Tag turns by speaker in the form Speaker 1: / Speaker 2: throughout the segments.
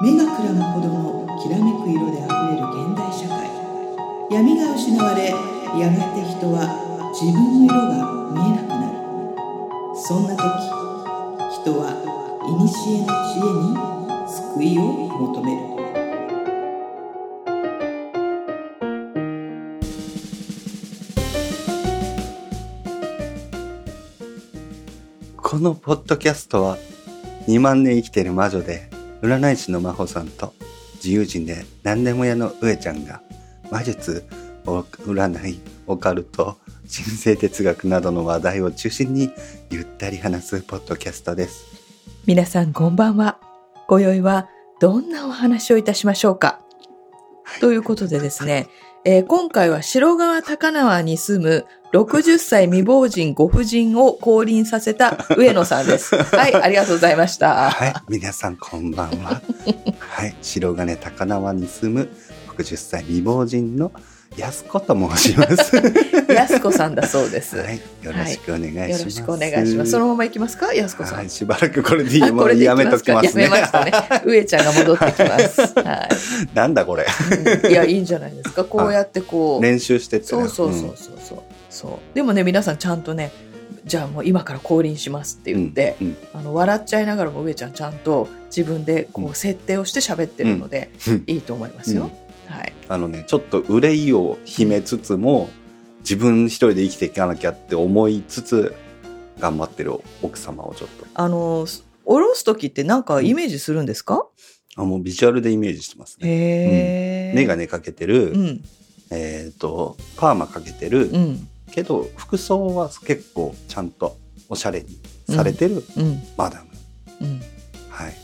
Speaker 1: 目がくらむほどのきらめく色であふれる現代社会闇が失われやがて人は自分の色が見えなくなるそんな時人は古の知恵に救いを求める
Speaker 2: このポッドキャストは2万年生きてる魔女で占い師の真帆さんと自由人で何でも屋の上ちゃんが魔術お占いオカルト人生哲学などの話題を中心にゆったり話すポッドキャストです
Speaker 3: 皆さんこんばんは。今宵はどんなお話をいたしましょうか。ということでですね、えー今回は白川高輪に住む60歳未亡人ご婦人を降臨させた上野さん です。はい、ありがとうございました。
Speaker 2: はい皆さんこんばん ははい白金高輪に住む60歳未亡人の安子と申し ます、は
Speaker 3: 安子さんだそうです。よ
Speaker 2: い、よろしくお願いします、
Speaker 3: ろしくお願いします。そのまま行きますか安子さ
Speaker 2: は
Speaker 3: ん
Speaker 2: い、。しばらくこれでいい
Speaker 3: あ
Speaker 2: もうやめときますね
Speaker 3: やめましたね。上ちゃんが戻ってきます。は
Speaker 2: なんだこれ
Speaker 3: いうん。いや、いいんじゃないですか。こうやってこう。
Speaker 2: 練習してて、
Speaker 3: そうそうそうそうそうそうでもね皆さんちゃんとねじゃあもう今から降臨しますって言って、
Speaker 2: うんうん
Speaker 3: あの笑っちゃいながらも上ちゃんちゃんと自分でこ
Speaker 2: うん
Speaker 3: う設定をして喋ってるので、
Speaker 2: うん
Speaker 3: いいと思いますよ、はい
Speaker 2: あのねちょっと憂いを秘めつつも自分一人で生きていかなきゃって思いつつ頑張ってる奥様をちょっと
Speaker 3: あの下ろす時ってなんかイメージするんですか、
Speaker 2: あもうビジュアルでイメージしてますね
Speaker 3: へえ、
Speaker 2: 眼鏡かけてる、
Speaker 3: うん
Speaker 2: えっ、とパーマかけてる、
Speaker 3: うん
Speaker 2: けど服装は結構ちゃんとおしゃれにされてる
Speaker 3: うん
Speaker 2: マダム、
Speaker 3: うん
Speaker 2: はい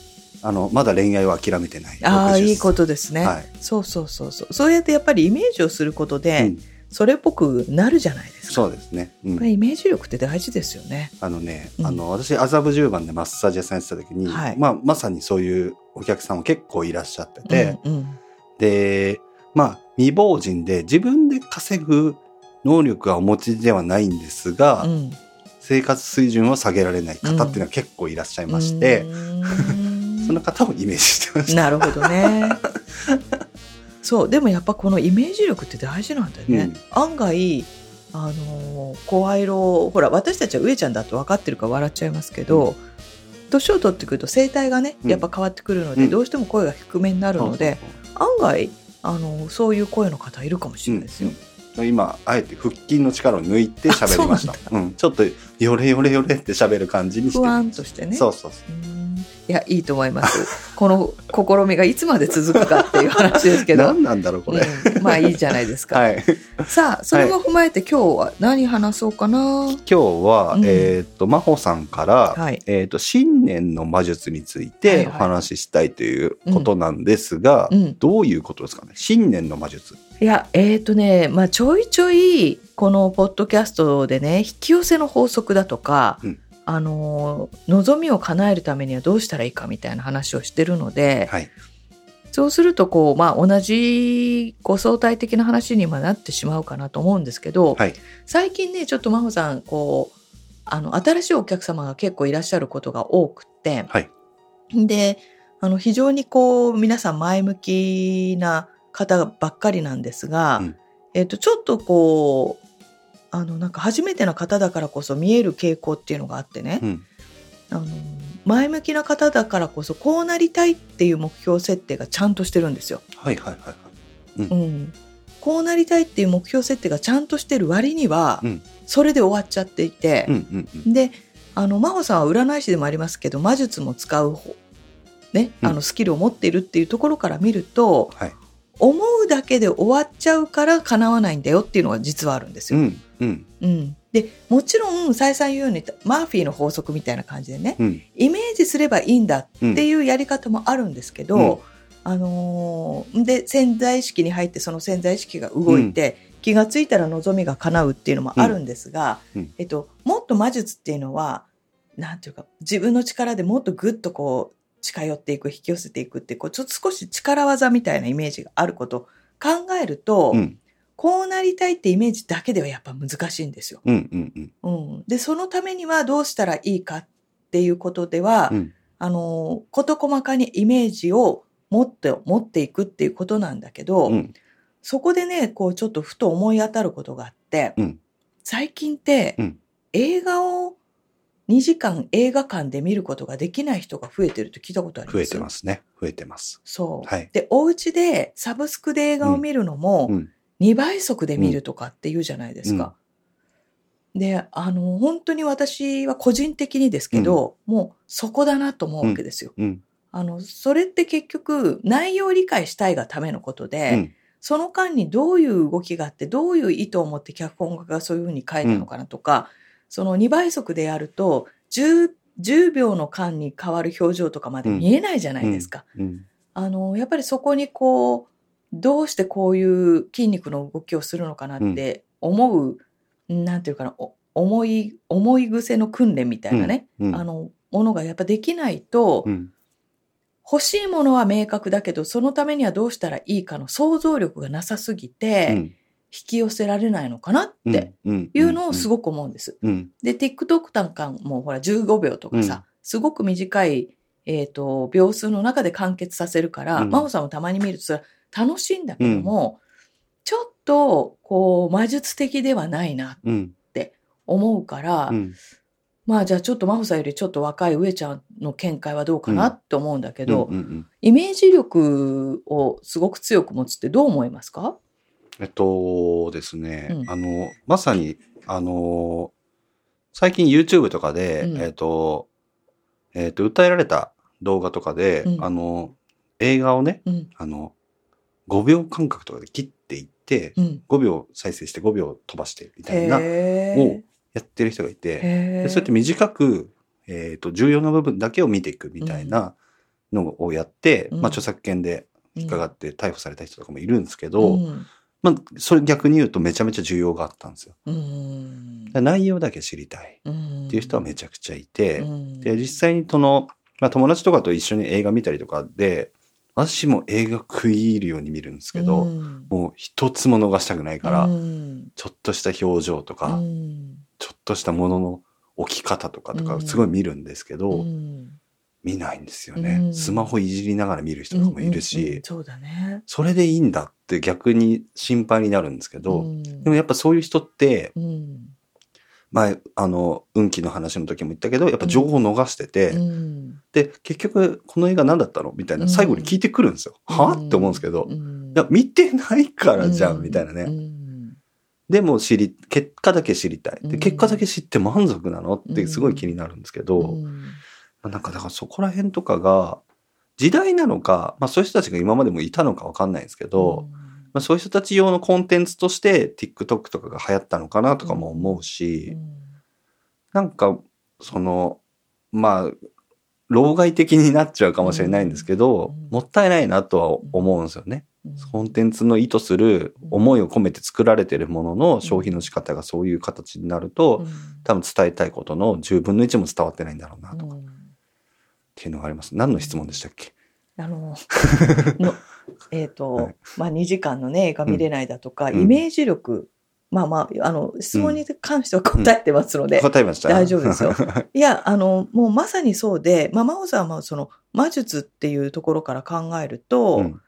Speaker 2: あのまだ恋愛は諦めてない
Speaker 3: ああ
Speaker 2: 60
Speaker 3: いいことですね、
Speaker 2: はい
Speaker 3: そうそうそうそうそうやってやっぱりイメージをすることで、
Speaker 2: うん
Speaker 3: それっぽくなるじゃないですか
Speaker 2: そうですね、うん
Speaker 3: これイメージ力って大事ですよね
Speaker 2: あのね、
Speaker 3: うん
Speaker 2: あの私麻布十番でマッサージ屋さんやってた時に、
Speaker 3: はい
Speaker 2: まあ、まさにそういうお客さんは結構いらっしゃってて、
Speaker 3: うんうん
Speaker 2: でまあ未亡人で自分で稼ぐ能力はお持ちではないんですが、
Speaker 3: うん、
Speaker 2: 生活水準を下げられない方っていうのは結構いらっしゃいまして、
Speaker 3: うーん
Speaker 2: その方をイメージしてました。
Speaker 3: なるほ どねそうでもやっぱこのイメージ力って大事なんだよね、案外あのー声色ほら私たちは上ちゃんだと分かってるから笑っちゃいますけど、年を取ってくると声帯がね
Speaker 2: うん
Speaker 3: やっぱ変わってくるので、
Speaker 2: うん
Speaker 3: どうしても声が低めになるので、
Speaker 2: そうそう
Speaker 3: 案外あのーそういう声の方いるかもし
Speaker 2: そうう
Speaker 3: れなんいですよ、
Speaker 2: うん今あえて腹筋の力を抜いて喋りました
Speaker 3: あ
Speaker 2: うんちょっとよれよれよれって喋る感じにして
Speaker 3: 不安としてね
Speaker 2: そうそうそう
Speaker 3: うーんいやいいと思いますこの試みがいつまで続くかっていう話ですけど
Speaker 2: 何なんだろうこれ、
Speaker 3: うん、まあいいじゃないですか、
Speaker 2: はい
Speaker 3: さあそれも踏まえて今日は何話そうかな
Speaker 2: 今日は、
Speaker 3: うん
Speaker 2: えーっと真帆さんから、
Speaker 3: はい
Speaker 2: えーっと新年の魔術につい
Speaker 3: はい
Speaker 2: て
Speaker 3: は
Speaker 2: お
Speaker 3: い
Speaker 2: 話ししたいということなんですが、
Speaker 3: うん
Speaker 2: どういうことですかね新年の魔術
Speaker 3: いやえっ、とねまあちょいちょいこのポッドキャストでね引き寄せの法則だとか、
Speaker 2: うん
Speaker 3: あのー望みを叶えるためにはどうしたらいいかみたいな話をしてるので、
Speaker 2: はい
Speaker 3: そうするとこう、まあ、同じこう相対的な話にはなってしまうかなと思うんですけど、
Speaker 2: はい
Speaker 3: 最近ねちょっと真帆さんこうあの新しいお客様が結構いらっしゃることが多くって、
Speaker 2: はい
Speaker 3: であの非常にこう皆さん前向きな方ばっかりなんですが、
Speaker 2: うん
Speaker 3: えっとちょっとこうあのなんか初めての方だからこそ見える傾向っていうのがあってね、
Speaker 2: うん
Speaker 3: あの前向きな方だからこそこうなりたいっていう目標設定がちゃんとしてるんですよ。
Speaker 2: はいはいはいはい
Speaker 3: うん、こうなりたいっていう目標設定がちゃんとしてる割には、
Speaker 2: うん
Speaker 3: それで終わっちゃっていて
Speaker 2: う、んうんうん
Speaker 3: であの真帆さんは占い師でもありますけど魔術も使う方、ね、
Speaker 2: うん
Speaker 3: あのスキルを持っているっていうところから見ると、
Speaker 2: はい
Speaker 3: 思うだけで終わっちゃうから叶わないんだよっていうのが実はあるんです
Speaker 2: う
Speaker 3: よ。
Speaker 2: んうん
Speaker 3: うん、でもちろん再三言うようにマーフィーの法則みたいな感じでね
Speaker 2: うん
Speaker 3: イメージすればいいんだ
Speaker 2: うん
Speaker 3: っていうやり方もあるんですけど、あのーで潜在意識に入ってその潜在意識が動いて、気がついたら望みが叶うっていうのもあるんですが、
Speaker 2: うんうん
Speaker 3: えっと、もっと魔術っていうのはなんていうか自分の力でもっとぐっとこう近寄っていく引き寄せていくってこうちょっと少し力技みたいなイメージがあることを考えると、
Speaker 2: うん
Speaker 3: こうなりたいってイメージだけではやっぱ難しいんですよ。
Speaker 2: うんうんうん
Speaker 3: うん、でそのためにはどうしたらいいかっていうことでは、
Speaker 2: うん
Speaker 3: あの事細かにイメージをもっと持っていくっていうことなんだけど、
Speaker 2: うん。
Speaker 3: そこでね、こうちょっとふと思い当たることがあって、
Speaker 2: うん
Speaker 3: 最近って、
Speaker 2: うん
Speaker 3: 映画を2時間映画館で見ることができない人が増えてると聞いたことあります
Speaker 2: 増えてますね。増えてます。
Speaker 3: そう。
Speaker 2: はい
Speaker 3: で、お家でサブスクで映画を見るのも
Speaker 2: うんうん、
Speaker 3: 2倍速で見るとかって言うじゃないですか。で、あの、本当に私は個人的にですけど、もうそこだなと思うわけですよ。
Speaker 2: うん。
Speaker 3: あの、それって結局、内容を理解したいがためのことで、
Speaker 2: うん。
Speaker 3: その間にどういう動きがあって、どういう意図を持って脚本家がそういうふうに書いたのかなとか、その2倍速でやると10、10秒の間に変わる表情とかまで見えないじゃないですか。
Speaker 2: うん。
Speaker 3: あの、やっぱりそこにこう、どうしてこういう筋肉の動きをするのかなって思う、なんていうかな、お思い、思い癖の訓練みたいなね、
Speaker 2: うん。
Speaker 3: あの、ものがやっぱできないと、
Speaker 2: うん。
Speaker 3: 欲しいものは明確だけど、そのためにはどうしたらいいかの想像力がなさすぎて、
Speaker 2: うん
Speaker 3: 引き寄せられないのかなって
Speaker 2: うん
Speaker 3: いうのをす
Speaker 2: ご
Speaker 3: ごく思うんです。
Speaker 2: うん。
Speaker 3: で、TikTok なんかもほら15秒とかさ、
Speaker 2: うん
Speaker 3: すごく短い、えっ、と、秒数の中で完結させるから、
Speaker 2: うん
Speaker 3: 真帆さんもたまに見るとそれは楽しいんだけども、ちょっと、こう、魔術的ではないな、
Speaker 2: うん。
Speaker 3: 思うから、
Speaker 2: うん。
Speaker 3: まあじゃあちょっと真帆さんよりちょっと若い上ちゃんの見解はどうかな
Speaker 2: うん
Speaker 3: と思うんだ
Speaker 2: け
Speaker 3: けど、イメージ力をすごく強く持つってどう思いますか
Speaker 2: えっとですね、
Speaker 3: うん
Speaker 2: あの、まさに、あの、最近 YouTube とかで、
Speaker 3: うん
Speaker 2: えっと、えっと、訴えられた動画とかで、
Speaker 3: うん
Speaker 2: あの、映画をね、
Speaker 3: うん、
Speaker 2: あの、5秒間隔とかで切っていって、
Speaker 3: うん。
Speaker 2: 5秒再生して5秒飛ばしてみたいな、や
Speaker 3: へ
Speaker 2: をってる人がいて、
Speaker 3: え
Speaker 2: でそうやって短く、えっと、重要な部分だけを見ていくみたいなのをやって、
Speaker 3: うん
Speaker 2: まあ、著作権で引っかかって逮捕された人とかもいるんですけど、
Speaker 3: うん
Speaker 2: まあ、それ逆に言うとめちゃめちゃ需要があったんですよ。
Speaker 3: うん
Speaker 2: だから内容だけ知りたいっていう人はめちゃくちゃいて、
Speaker 3: うん
Speaker 2: で、実際にその、まあ、友達とかと一緒に映画見たりとかで、私も映画食い入るように見るんですけど、
Speaker 3: うん
Speaker 2: もう一つも逃したくないから、
Speaker 3: うん
Speaker 2: ちょっとした表情とか、
Speaker 3: うん
Speaker 2: ちょっとしたものの置き方とかと
Speaker 3: う
Speaker 2: か、
Speaker 3: ん
Speaker 2: すごい見るんですけど、
Speaker 3: うん
Speaker 2: 見ないんですよね、
Speaker 3: うん
Speaker 2: スマホいじりながら見る人とかもいるし、
Speaker 3: うんうんそうだね。
Speaker 2: それでいいんだって逆に心配になるんですけど、
Speaker 3: うん
Speaker 2: でもやっぱそういう人って、
Speaker 3: うん
Speaker 2: 前、あの、運気の話の時も言ったけど、やっぱ情報を逃してて、
Speaker 3: うん
Speaker 2: で、結局、この映画何だったのみたいな、最後に聞いてくるんですよ。はって思うんですけど、
Speaker 3: う
Speaker 2: い
Speaker 3: ん
Speaker 2: や、見てないからじゃん、みたいな
Speaker 3: う
Speaker 2: ね。
Speaker 3: ん
Speaker 2: でも知り、結果だけ知りたい。
Speaker 3: う
Speaker 2: で、
Speaker 3: ん
Speaker 2: 結果だけ知って満足なのってすごい気になるんですけど、
Speaker 3: うん
Speaker 2: まあなんかだからそこら辺とかが、時代なのか、まあそういう人たちが今までもいたのかわかんないんですけど、まあそういう人たち用のコンテンツとして TikTok とかが流行ったのかなとかも思うし、なんか、その、まあ、老害的になっちゃうかもしれないんですけど、
Speaker 3: うん
Speaker 2: もったいないなとは思うんですよね。
Speaker 3: うん
Speaker 2: コンテンツの意図する思いを込めて作られてるものの消費の仕方がそういう形になると、
Speaker 3: うん
Speaker 2: 多分伝えたいことの10分の1も伝わってないんだろうな、っ
Speaker 3: うん
Speaker 2: ていうのがあります。何の質問でしたっけ
Speaker 3: あの、のえっ、と、
Speaker 2: はい
Speaker 3: まあ、2時間のね、映画見れないだとか、
Speaker 2: うん
Speaker 3: イメージ力、まあまあ、あの、質問に関しては答えてますので、
Speaker 2: 答えました
Speaker 3: 大丈夫で すよ。いや、あの、もうまさにそうで、まあ、真帆さんはその、魔術っていうところから考えると、
Speaker 2: うん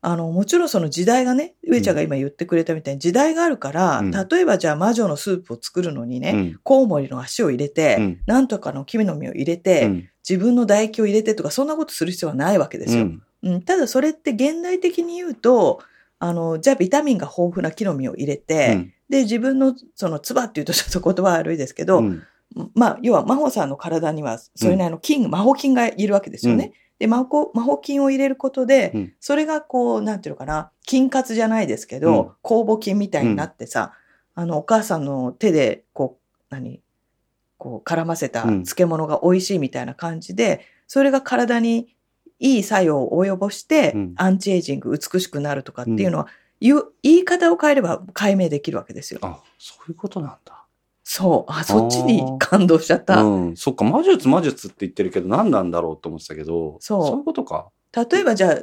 Speaker 3: あの、もちろんその時代がね、上ちゃんが今言ってくれたみたいに時代があるから、
Speaker 2: うん
Speaker 3: 例えばじゃあ魔女のスープを作るのにね、
Speaker 2: うん
Speaker 3: コウモリの足を入れて、
Speaker 2: うん
Speaker 3: なんとかの君の実を入れて、
Speaker 2: うん
Speaker 3: 自分の唾液を入れてとか、そんなことする必要はないわけです
Speaker 2: う
Speaker 3: よ。
Speaker 2: ん
Speaker 3: うん、ただそれって現代的に言うと、あの、じゃあビタミンが豊富な木の実を入れて、
Speaker 2: うん
Speaker 3: で、自分のその唾っていうとちょっと言葉悪いですけど、
Speaker 2: うん
Speaker 3: まあ、要は真帆さんの体にはそれなりの菌、魔法菌がいるわけですよね。
Speaker 2: う
Speaker 3: で、魔法、魔法菌を入れることで、
Speaker 2: うん
Speaker 3: それがこう、なんていうのかな、菌活じゃないですけど、
Speaker 2: うん
Speaker 3: 酵母菌みたいになってさ、あの、お母さんの手で、こう、何こう、絡ませた
Speaker 2: うん
Speaker 3: 漬物が美味しいみたいな感じで、それが体にいい作用を及ぼして、
Speaker 2: うん
Speaker 3: アンチエイジング、美しくなるとかっていうのは、言う言い方を変えれば解明できるわけですよ。
Speaker 2: あ、そういうことなんだ。
Speaker 3: そう。あ、そっちに感動しちゃった。
Speaker 2: うん、そっか、魔術魔術って言ってるけど何なんだろうと思ってたけど、
Speaker 3: そう
Speaker 2: いうことか。
Speaker 3: 例えばじゃあ、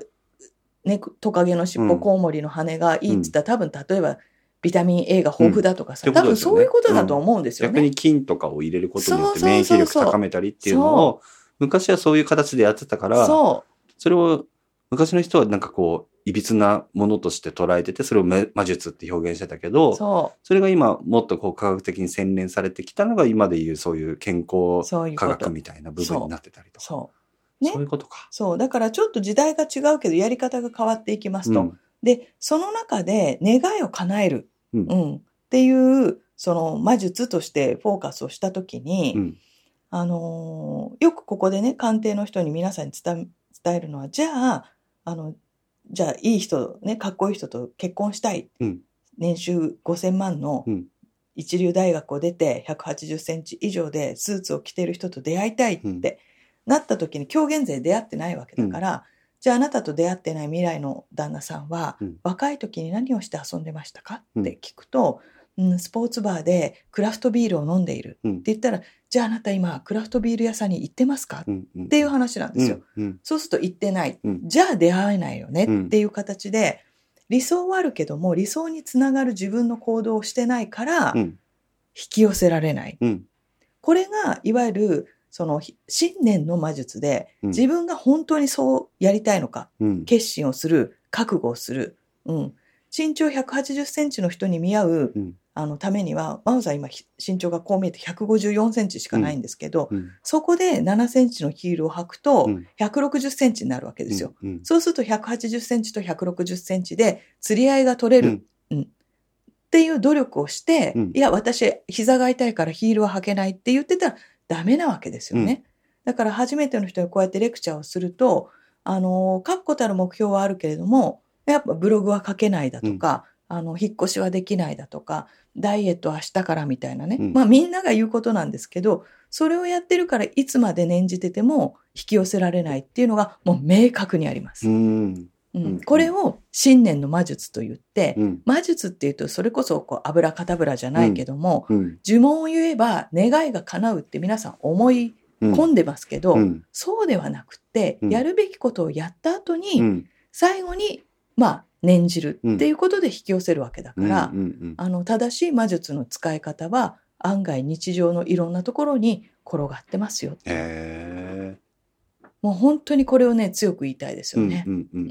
Speaker 3: ね、トカゲの尻尾、
Speaker 2: うん
Speaker 3: コウモリの羽がいいっつったら、多分例えばビタミン A が豊富だとかさ、
Speaker 2: うんって
Speaker 3: 多
Speaker 2: こと
Speaker 3: 分
Speaker 2: ですよ
Speaker 3: そう
Speaker 2: ね
Speaker 3: いうことだと思うんですよ
Speaker 2: 逆
Speaker 3: ね。
Speaker 2: に金とかを入れることによって
Speaker 3: そうそ
Speaker 2: 免
Speaker 3: うそうそ
Speaker 2: 疫
Speaker 3: う
Speaker 2: 力高めたりっていうのを、昔はそういう形でやってたから、そ
Speaker 3: そ
Speaker 2: れを昔の人はなんかこう、いびつなものとして捉えてて、それをめ魔術って表現してたけど、そ
Speaker 3: そ
Speaker 2: れが今もっとこう科学的に洗練されてきたのが今でいうそういう健
Speaker 3: う、
Speaker 2: 康
Speaker 3: そういう
Speaker 2: 科
Speaker 3: こ
Speaker 2: 学
Speaker 3: と。
Speaker 2: みたいな部分になってたりとか。
Speaker 3: そう。ね
Speaker 2: そういうことか。
Speaker 3: そう。だからちょっと時代が違うけど、やり方が変わっていきますと。
Speaker 2: うん
Speaker 3: で、その中で願いを叶える。
Speaker 2: うん
Speaker 3: っていう、その魔術としてフォーカスをしたときに、
Speaker 2: うん
Speaker 3: あのーよくここでね、鑑定の人に皆さんに伝え伝えるのは、じゃあ、あの、じゃあいい人、ね、かっこいい人と結婚したい。
Speaker 2: うん
Speaker 3: 年収5000万の
Speaker 2: うん
Speaker 3: 一流大学を出て180センチ以上でスーツを着ている人と出会いたいってなった時に、今日現在出会ってないわけだから、じゃああなたと出会ってない未来の旦那さんは、
Speaker 2: うん
Speaker 3: 若い時に何をして遊んでましたか
Speaker 2: うん
Speaker 3: って聞くと、うん、スポーツバーでクラフトビールを飲んでいる
Speaker 2: うん
Speaker 3: って言ったら、じゃああなた今クラフトビール屋さんに行ってますか、っ
Speaker 2: うんうん
Speaker 3: ていう話なんですよ。
Speaker 2: うん
Speaker 3: そうすると行ってない、
Speaker 2: うん
Speaker 3: じゃあ出会えないよね
Speaker 2: うん
Speaker 3: っていう形で、理想はあるけども理想につながる自分の行動をしてないから、
Speaker 2: うんう
Speaker 3: 引
Speaker 2: ん
Speaker 3: き寄せられない。
Speaker 2: うん
Speaker 3: これがいわゆるそのひ信念の魔術で、
Speaker 2: うん
Speaker 3: 自分が本当にそうやりたいのか
Speaker 2: うん
Speaker 3: 決心をする覚悟をする、うん、身長1 8 0センチの人に見合う、
Speaker 2: うん
Speaker 3: あのためには真央さん今ひ身長がこう見えて1 5 4センチしかないんですけど、
Speaker 2: うん
Speaker 3: そこで7センチのヒールを履くと
Speaker 2: うん
Speaker 3: 1 6 0センチになるわけですよ。
Speaker 2: うん
Speaker 3: そうすると180センチと160センチで釣り合いが取れる、うんっていう努力をして、
Speaker 2: うん
Speaker 3: いや、私、膝が痛いからヒールは履けないって言ってたらダメなわけですよね。だから初めての人にこうやってレクチャーをすると、あの、確固たる目標はあるけれども、やっぱブログは書けないだとか、あの、引っ越しはできないだとか、ダイエットはしたからみたいなね。
Speaker 2: うん
Speaker 3: まあみんなが言うことなんですけど、それをやってるからいつまで念じてても引き寄せられないっていうのがもう明確にありま
Speaker 2: う
Speaker 3: す。
Speaker 2: ん
Speaker 3: うん
Speaker 2: うん
Speaker 3: これを信念の魔術と言って、
Speaker 2: うん
Speaker 3: 魔術っていうとそれこそこう油かたぶらじゃないけども、
Speaker 2: うん
Speaker 3: 呪文を言えば願いが叶うって皆さん思い
Speaker 2: うん
Speaker 3: 込んでますけど、
Speaker 2: うん
Speaker 3: そうではなくって、
Speaker 2: うん
Speaker 3: やるべきことをやった後に、
Speaker 2: うん
Speaker 3: 最後に、まあ、念じるっていうことで引き寄せるわけだから、
Speaker 2: うんうん
Speaker 3: あの正しい魔術の使い方は案外日常のいろんなところに転がってますよ。
Speaker 2: へ
Speaker 3: もう本当にこれをね強く言いたいです
Speaker 2: ーう
Speaker 3: よ
Speaker 2: ん
Speaker 3: ね
Speaker 2: う。んうん
Speaker 3: う
Speaker 2: うん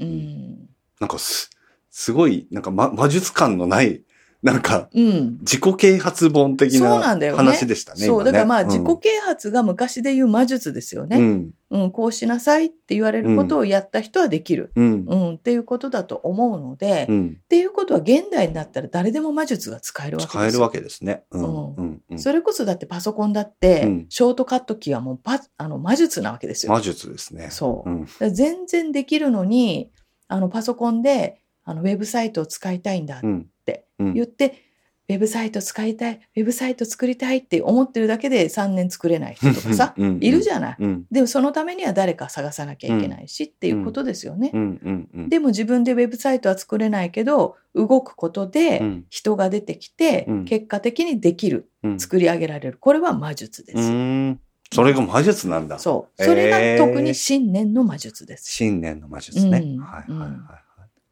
Speaker 3: ん、
Speaker 2: なんかす、すごい、なんか、ま、魔術感のない、なんか、
Speaker 3: うん、
Speaker 2: 自己啓発本的
Speaker 3: そう
Speaker 2: な
Speaker 3: なんだよね
Speaker 2: 話でしたね。
Speaker 3: そう
Speaker 2: 今ね
Speaker 3: だからまあ自
Speaker 2: うん
Speaker 3: 己啓発が昔で言う魔術ですよね。うん、こうしなさいって言われることをやった人はできる。
Speaker 2: うん。うん。
Speaker 3: うん、っていうことだと思うので、
Speaker 2: う
Speaker 3: っ
Speaker 2: ん。
Speaker 3: ていうことは現代になったら誰でも魔術が使えるわけですよ。
Speaker 2: 使えるわけですね。う
Speaker 3: うん
Speaker 2: ん。うん。うん
Speaker 3: それこそだってパソコンだって、
Speaker 2: うん
Speaker 3: ショートカットキーはもうパあの魔術なわけですよ。
Speaker 2: 魔術ですね。
Speaker 3: そう。
Speaker 2: うん
Speaker 3: だから全然できるのに、あのパソコンであのウェブサイトを使いたいんだっ
Speaker 2: うん。
Speaker 3: て
Speaker 2: うん。、
Speaker 3: 言って、ウェブサイト使いたい、ウェブサイト作りたいって思ってるだけで3年作れない人とかさ
Speaker 2: うん
Speaker 3: いるじゃない。
Speaker 2: うん。
Speaker 3: でもそのためには誰か探さなきゃいけないしっていうことですよね
Speaker 2: う。ん。うん。うん。
Speaker 3: でも自分でウェブサイトは作れないけど、動くことで
Speaker 2: うん
Speaker 3: 人が出てきて
Speaker 2: うん、
Speaker 3: 結果的にできる、
Speaker 2: うん、
Speaker 3: 作り上げられる。これは魔術で
Speaker 2: う
Speaker 3: す。
Speaker 2: ーん。それが魔術なんだ。
Speaker 3: そう。
Speaker 2: へー
Speaker 3: それが特に信念の魔術です。
Speaker 2: 信念の魔術ね。
Speaker 3: うん
Speaker 2: はいはいはいはい。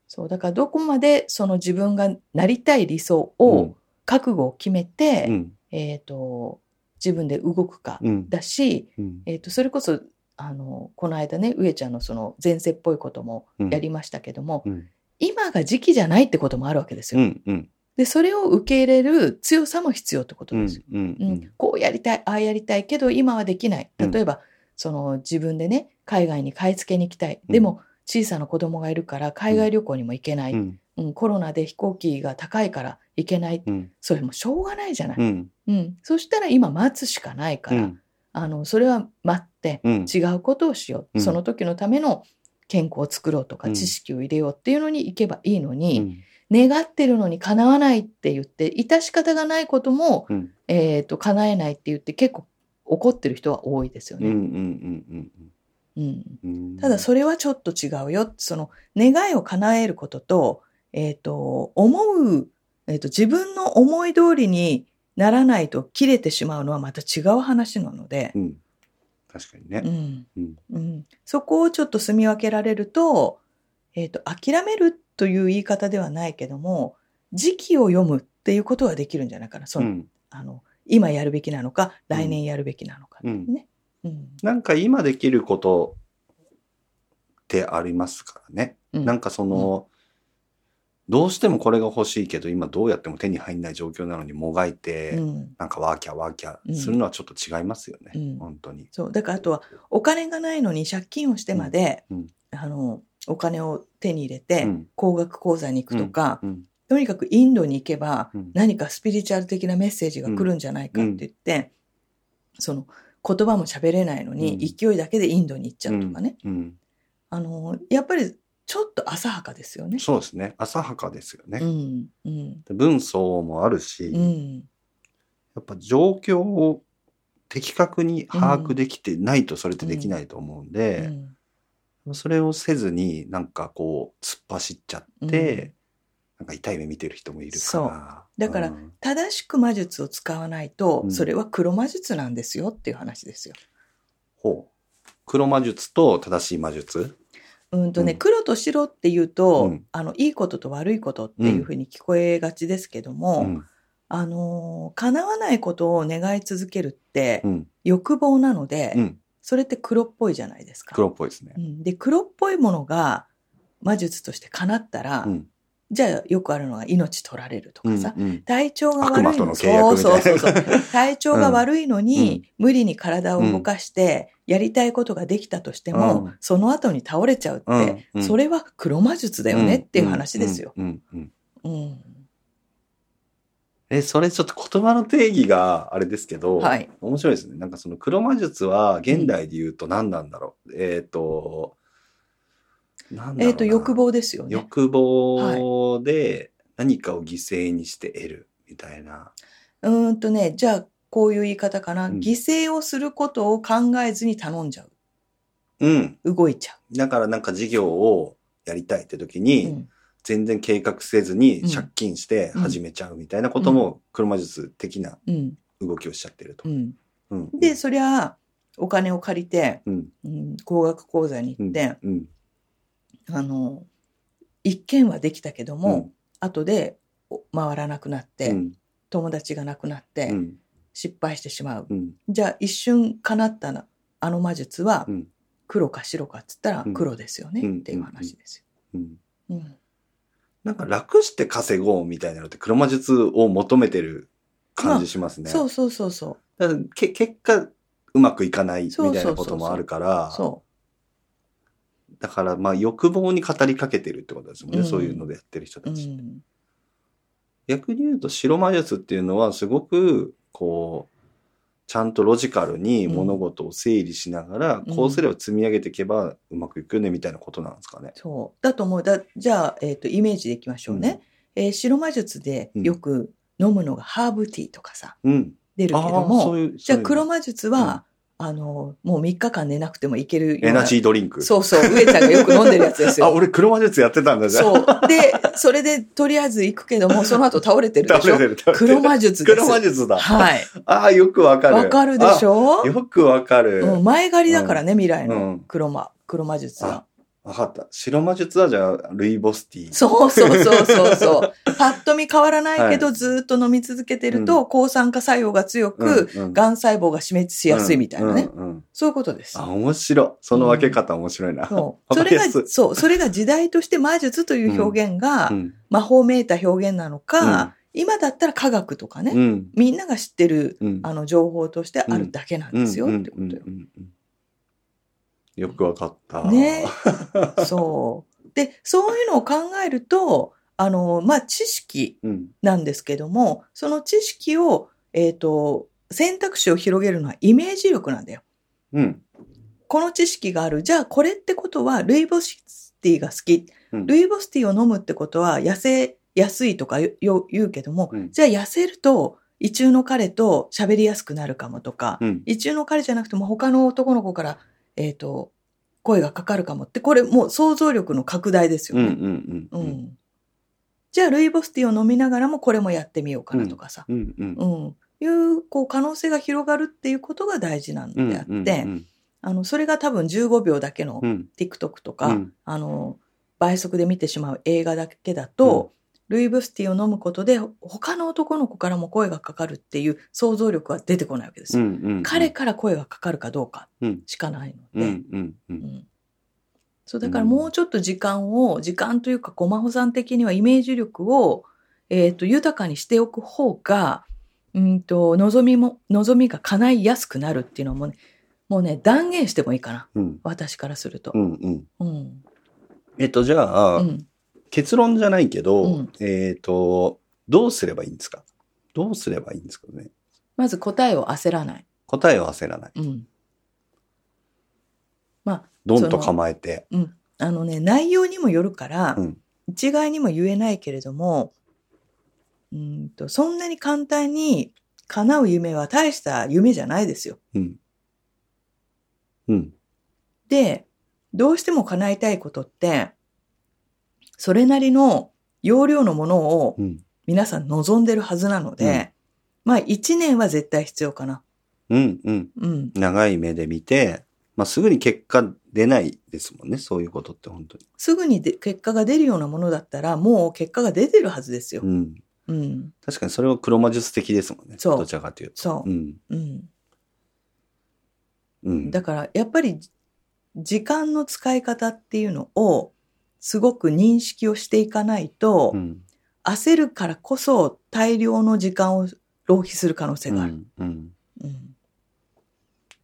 Speaker 3: そうだからどこまでその自分がなりたい理想を覚悟を決めて、
Speaker 2: うん。
Speaker 3: えー、と自分で動くか
Speaker 2: うん。
Speaker 3: だし、
Speaker 2: うん。
Speaker 3: えー、とそれこそあのこの間ね上ちゃんのその前世っぽいことも
Speaker 2: うん
Speaker 3: やりましたけども、
Speaker 2: うん。
Speaker 3: 今が時期じゃないってこともあるわけです
Speaker 2: う
Speaker 3: よ。
Speaker 2: ん。うん。
Speaker 3: でそれを受け入れる強さも必要ってこと
Speaker 2: う
Speaker 3: で
Speaker 2: ん
Speaker 3: すよ。。
Speaker 2: うん
Speaker 3: うん。こうやりたいああやりたいけど今はできない
Speaker 2: うん
Speaker 3: 例えば、その自分でね海外に買い付けに行きたい、
Speaker 2: うん
Speaker 3: でも小さな子供がいるから海外旅行にも行けない、
Speaker 2: うん。
Speaker 3: うん、コロナで飛行機が高いから行けない。
Speaker 2: うん。
Speaker 3: それもしょうがないじゃない。
Speaker 2: う
Speaker 3: うん。
Speaker 2: ん。
Speaker 3: そしたら今待つしかないから、あの、それは待って、
Speaker 2: うん。
Speaker 3: 違うことをしよう、
Speaker 2: うん
Speaker 3: その時のための健康を作ろうとか、
Speaker 2: うん
Speaker 3: 知識を入れようっていうのに行けばいいの
Speaker 2: う
Speaker 3: に、
Speaker 2: ん。
Speaker 3: 願ってるのに叶わないって言って、致し方がないことも、
Speaker 2: うん
Speaker 3: えっ、と、叶えないって言って結構怒ってる人は多いですよ
Speaker 2: うん。うん。うん
Speaker 3: ね。
Speaker 2: うん。
Speaker 3: うん
Speaker 2: うん。
Speaker 3: ただそれはちょっと違うよ。その願いを叶えることと、えっ、と、思う、えっ、と、自分の思い通りにならないと切れてしまうのはまた違う話なので
Speaker 2: う、ん。確かにね
Speaker 3: う。ん。
Speaker 2: うん
Speaker 3: うんそこをちょっと住み分けられると、えっ、と、諦めるという言い方ではないけども、時期を読むっていうことはできるんじゃないかな。その、
Speaker 2: うん
Speaker 3: あの、今やるべきなのか、来年やるべきなのか、
Speaker 2: うん
Speaker 3: ね。うん。
Speaker 2: なんか今できることってありますからね。
Speaker 3: うん
Speaker 2: なんかその、どうしてもこれが欲しいけど、今どうやっても手に入んない状況なのにもがいて、
Speaker 3: うん
Speaker 2: なんかワーキャーワーキャーするのはちょっと違いますよね。
Speaker 3: うん
Speaker 2: 本当に。
Speaker 3: そうだからあとはお金がないのに借金をしてまで、
Speaker 2: うんうん
Speaker 3: あのお金を手に入れて、
Speaker 2: うん
Speaker 3: 高額講座に行くとか、
Speaker 2: うん。
Speaker 3: とにかくインドに行けば
Speaker 2: うん
Speaker 3: 何かスピリチュアル的なメッセージが来るんじゃないかって言って、その言葉も喋れないのに、
Speaker 2: うん
Speaker 3: 勢いだけでインドに行っちゃうとかね、
Speaker 2: うん。
Speaker 3: あのやっぱりちょっと浅はかですよね。
Speaker 2: そうですね。浅はかですよね。
Speaker 3: うんうん
Speaker 2: で文章もあるし、
Speaker 3: う
Speaker 2: や
Speaker 3: ん
Speaker 2: っぱ状況を的確に把握できてないとそれってできないと思うん
Speaker 3: う
Speaker 2: で、
Speaker 3: ん
Speaker 2: それをせずになんかこう突っ走っちゃって、なんか痛い目見てる人もいる
Speaker 3: そ
Speaker 2: から。
Speaker 3: だから
Speaker 2: うん
Speaker 3: 正しく魔術を使わないと、
Speaker 2: うん
Speaker 3: それは黒魔術なんですよっていう話ですよ。
Speaker 2: ほう。黒魔術と正しい魔術。
Speaker 3: うんとね、
Speaker 2: うん
Speaker 3: 黒と白っていうと、
Speaker 2: うん
Speaker 3: あのいいことと悪いことっていうふうに聞こえがちですけども、
Speaker 2: うん。
Speaker 3: あのー叶わないことを願い続けるって、
Speaker 2: うん。
Speaker 3: 欲望なので、
Speaker 2: うん。
Speaker 3: それって黒っぽいじゃないですか。
Speaker 2: 黒っぽいですね
Speaker 3: う。んで黒っぽいものが魔術として叶ったら、
Speaker 2: うん。
Speaker 3: じゃあよくあるのが命取られると
Speaker 2: う
Speaker 3: か
Speaker 2: ん
Speaker 3: さ、
Speaker 2: うん
Speaker 3: 体調が悪い
Speaker 2: 悪魔との契約みたい
Speaker 3: そう
Speaker 2: な
Speaker 3: そうそ うそう。体調が悪いのに、無理に体を動かして、やりたいことができたとしても、
Speaker 2: うん
Speaker 3: その後に倒れちゃうって、
Speaker 2: うんうん
Speaker 3: それは黒魔術だよねっていう話ですよ。。
Speaker 2: うん。うんうん
Speaker 3: うん。
Speaker 2: え、それちょっと言葉の定義があれですけど、
Speaker 3: はい。
Speaker 2: 面白いですね。なんかその黒魔術は現代で言うと何なんだろう。えっ、と、なんだろうな
Speaker 3: えっ、と、欲。望ですよね。
Speaker 2: 欲望で何かを犠牲にして得るみたいな。
Speaker 3: うーんとね、じゃあ、こういう言い方かな。
Speaker 2: うん
Speaker 3: 犠牲をすることを考えずに頼んじゃ
Speaker 2: うん。
Speaker 3: う。動いちゃ
Speaker 2: だからなんか事業をやりたいって時
Speaker 3: う。
Speaker 2: に、
Speaker 3: うん
Speaker 2: 全然計画せずに
Speaker 3: うん
Speaker 2: 借金して始めちゃうみたいなことも黒魔術的な
Speaker 3: うん。
Speaker 2: 動きをしちゃってると
Speaker 3: う。ん。
Speaker 2: うん
Speaker 3: で、、そりゃあ、お金を借りて、
Speaker 2: うん。
Speaker 3: うん、高額講座に
Speaker 2: う
Speaker 3: 行っ
Speaker 2: ん。
Speaker 3: て、
Speaker 2: うん。
Speaker 3: あの、一件はできたけども、
Speaker 2: うん
Speaker 3: 後でお回らなくなって、
Speaker 2: うん。
Speaker 3: 友達がなくなって、
Speaker 2: うん。
Speaker 3: 失敗してしまう。
Speaker 2: うん。
Speaker 3: じゃあ一瞬叶ったなあの魔術は
Speaker 2: うん
Speaker 3: 黒か白かっつったら
Speaker 2: うん
Speaker 3: 黒ですよね、
Speaker 2: うん
Speaker 3: っていう話です
Speaker 2: うん
Speaker 3: よ。うん
Speaker 2: なんか楽して稼ごうみたいなのって黒魔術を求めてる感じしますね。
Speaker 3: そうそうそうそう
Speaker 2: だからけ結果うまくいかないみたいなこともあるから、
Speaker 3: そ
Speaker 2: だからまあ欲望に語りかけてるってことですもんね、
Speaker 3: うん
Speaker 2: そういうのでやってる人
Speaker 3: う、
Speaker 2: た
Speaker 3: う
Speaker 2: ち。
Speaker 3: ん、
Speaker 2: 逆に言うと白魔術っていうのはすごくこう、ちゃんとロジカルに物事を整理しながら、
Speaker 3: うん
Speaker 2: こうすれば積み上げていけばうまくいくよねみたいなことなんですかね。
Speaker 3: そうだと思うだじゃあ、えっとイメージでいきましょうね、えー白魔術でよく飲むのがハーブティーとかさ
Speaker 2: うん。
Speaker 3: 出るけど
Speaker 2: ああ、
Speaker 3: も
Speaker 2: そういう。
Speaker 3: じゃ
Speaker 2: そう
Speaker 3: あ
Speaker 2: いうの
Speaker 3: 黒魔術は、あの、もう3日間寝なくてもいけるような。
Speaker 2: エナジードリンク。
Speaker 3: そうそう、上ちゃんがよく飲んでるやつです
Speaker 2: あ、
Speaker 3: よ。
Speaker 2: 俺黒魔術やってたんだじゃあ。
Speaker 3: そう。で、それでとりあえず行くけども、その後倒れてるで
Speaker 2: 倒
Speaker 3: し
Speaker 2: れ
Speaker 3: ょ
Speaker 2: てる。倒れてる
Speaker 3: 黒魔術です。
Speaker 2: 黒魔術だ。
Speaker 3: はい。
Speaker 2: ああ、よくわかる。
Speaker 3: わかるでしょ
Speaker 2: あよくわかる。
Speaker 3: うん、前借りだからね、未来
Speaker 2: う
Speaker 3: の
Speaker 2: ん
Speaker 3: 黒魔、黒魔術は。
Speaker 2: わかった。白魔術はじゃあ、ルイボスティー。
Speaker 3: そうそうそう そうそう。パッと見変わらないけど、
Speaker 2: は
Speaker 3: ずーっと飲み続けてると、抗酸化作用が強く、
Speaker 2: うんうん
Speaker 3: がん細胞が死滅しやすいみたいなね。
Speaker 2: うんうん
Speaker 3: そういうことです
Speaker 2: あ、。面白い。その分け方面白いな。
Speaker 3: そう。
Speaker 2: わか
Speaker 3: そ
Speaker 2: り
Speaker 3: れ
Speaker 2: や
Speaker 3: が
Speaker 2: すい、
Speaker 3: そう、それが時代として魔術という表現が
Speaker 2: う、ん。
Speaker 3: 魔法めいた表現なのか、今だったら科学とかね、
Speaker 2: うん。
Speaker 3: みんなが知ってる、
Speaker 2: うん。
Speaker 3: あの、情報としてあるだけなんですよ、
Speaker 2: うん
Speaker 3: ってことよ
Speaker 2: う。んうんうんよくわかった。
Speaker 3: ねそう。で、そういうのを考えると、あの、まあ、知識
Speaker 2: うん。
Speaker 3: なんですけども、その知識を、えっ、と、選択肢を広げるのはイメージ力なんだよ。
Speaker 2: うん。
Speaker 3: この知識がある。じゃあ、これってことは、ルイボスティーが好
Speaker 2: うん
Speaker 3: き。ルイボスティーを飲むってことは、痩せやすいとかよよ言うけども、
Speaker 2: うん
Speaker 3: じゃあ痩せると、胃中の彼と喋りやすくなるかもとか、
Speaker 2: うん。
Speaker 3: 胃中の彼じゃなくても他の男の子から、えっ、と、声がかかるかもって、これもう想像力の拡大ですよ
Speaker 2: うん。う
Speaker 3: ね。
Speaker 2: ん。
Speaker 3: う。
Speaker 2: うんん。
Speaker 3: じゃあ、ルイボスティーを飲みながらもこれもやってみようかなとかさ、
Speaker 2: うん。うん。
Speaker 3: うん。いう、こう、可能性が広がるっていうことが大事なのであって、
Speaker 2: うん。うん
Speaker 3: あの、それが多分15秒だけの
Speaker 2: うん。
Speaker 3: TikTok と
Speaker 2: う
Speaker 3: か、
Speaker 2: ん
Speaker 3: あの、倍速で見てしまう映画だけだと、ルイボスティーを飲むことで、他の男の子からも声がかかるっていう想像力は出てこないわけです
Speaker 2: う
Speaker 3: よ。
Speaker 2: ん。うん。
Speaker 3: 彼から声がかかるかどうか
Speaker 2: うん
Speaker 3: しかないの
Speaker 2: う
Speaker 3: で、
Speaker 2: ん。うん。うん
Speaker 3: うんそう、だからもうちょっと時間を、時間というか、こう、真帆さん的にはイメージ力を、えっ、と、豊かにしておく方が、うんと、望みも、望みが叶いやすくなるっていうのもね、もうね、断言してもいいかな。
Speaker 2: うん。
Speaker 3: 私からすると
Speaker 2: う。んうん。
Speaker 3: うん。
Speaker 2: えっと、じゃあ、
Speaker 3: うん。
Speaker 2: 結論じゃないけど、
Speaker 3: うん
Speaker 2: えっと、どうすればいいんですかどうすればいいんですかね
Speaker 3: まず答えを焦らない。
Speaker 2: 答えを焦らない。
Speaker 3: うん。
Speaker 2: ドンと構えて。
Speaker 3: あのね、内容にもよるから、
Speaker 2: うん
Speaker 3: 一概にも言えないけれども、うんと、そんなに簡単に叶う夢は大した夢じゃないですよ。
Speaker 2: うん。うん。
Speaker 3: で、どうしても叶えたいことって、それなりの容量のものを
Speaker 2: うん。
Speaker 3: 皆さん望んでるはずなので、まあ一年は絶対必要かな。
Speaker 2: うん。うん。
Speaker 3: うん。
Speaker 2: 長い目で見て、まあ、すぐに結果出ないですもんね。そういうことって本当に。
Speaker 3: すぐにで結果が出るようなものだったら、もう結果が出てるはずですよ
Speaker 2: う。ん。
Speaker 3: うん。
Speaker 2: 確かにそれは黒魔術的ですもんね。
Speaker 3: そう
Speaker 2: どちらかというと。。
Speaker 3: そう
Speaker 2: ん。
Speaker 3: うん。
Speaker 2: うん。
Speaker 3: だから、やっぱり、時間の使い方っていうのを、すごく認識をしていかないと、
Speaker 2: うん。
Speaker 3: 焦るからこそ大量の時間を浪費する可能性
Speaker 2: う
Speaker 3: がある。
Speaker 2: ん。うん。
Speaker 3: うん。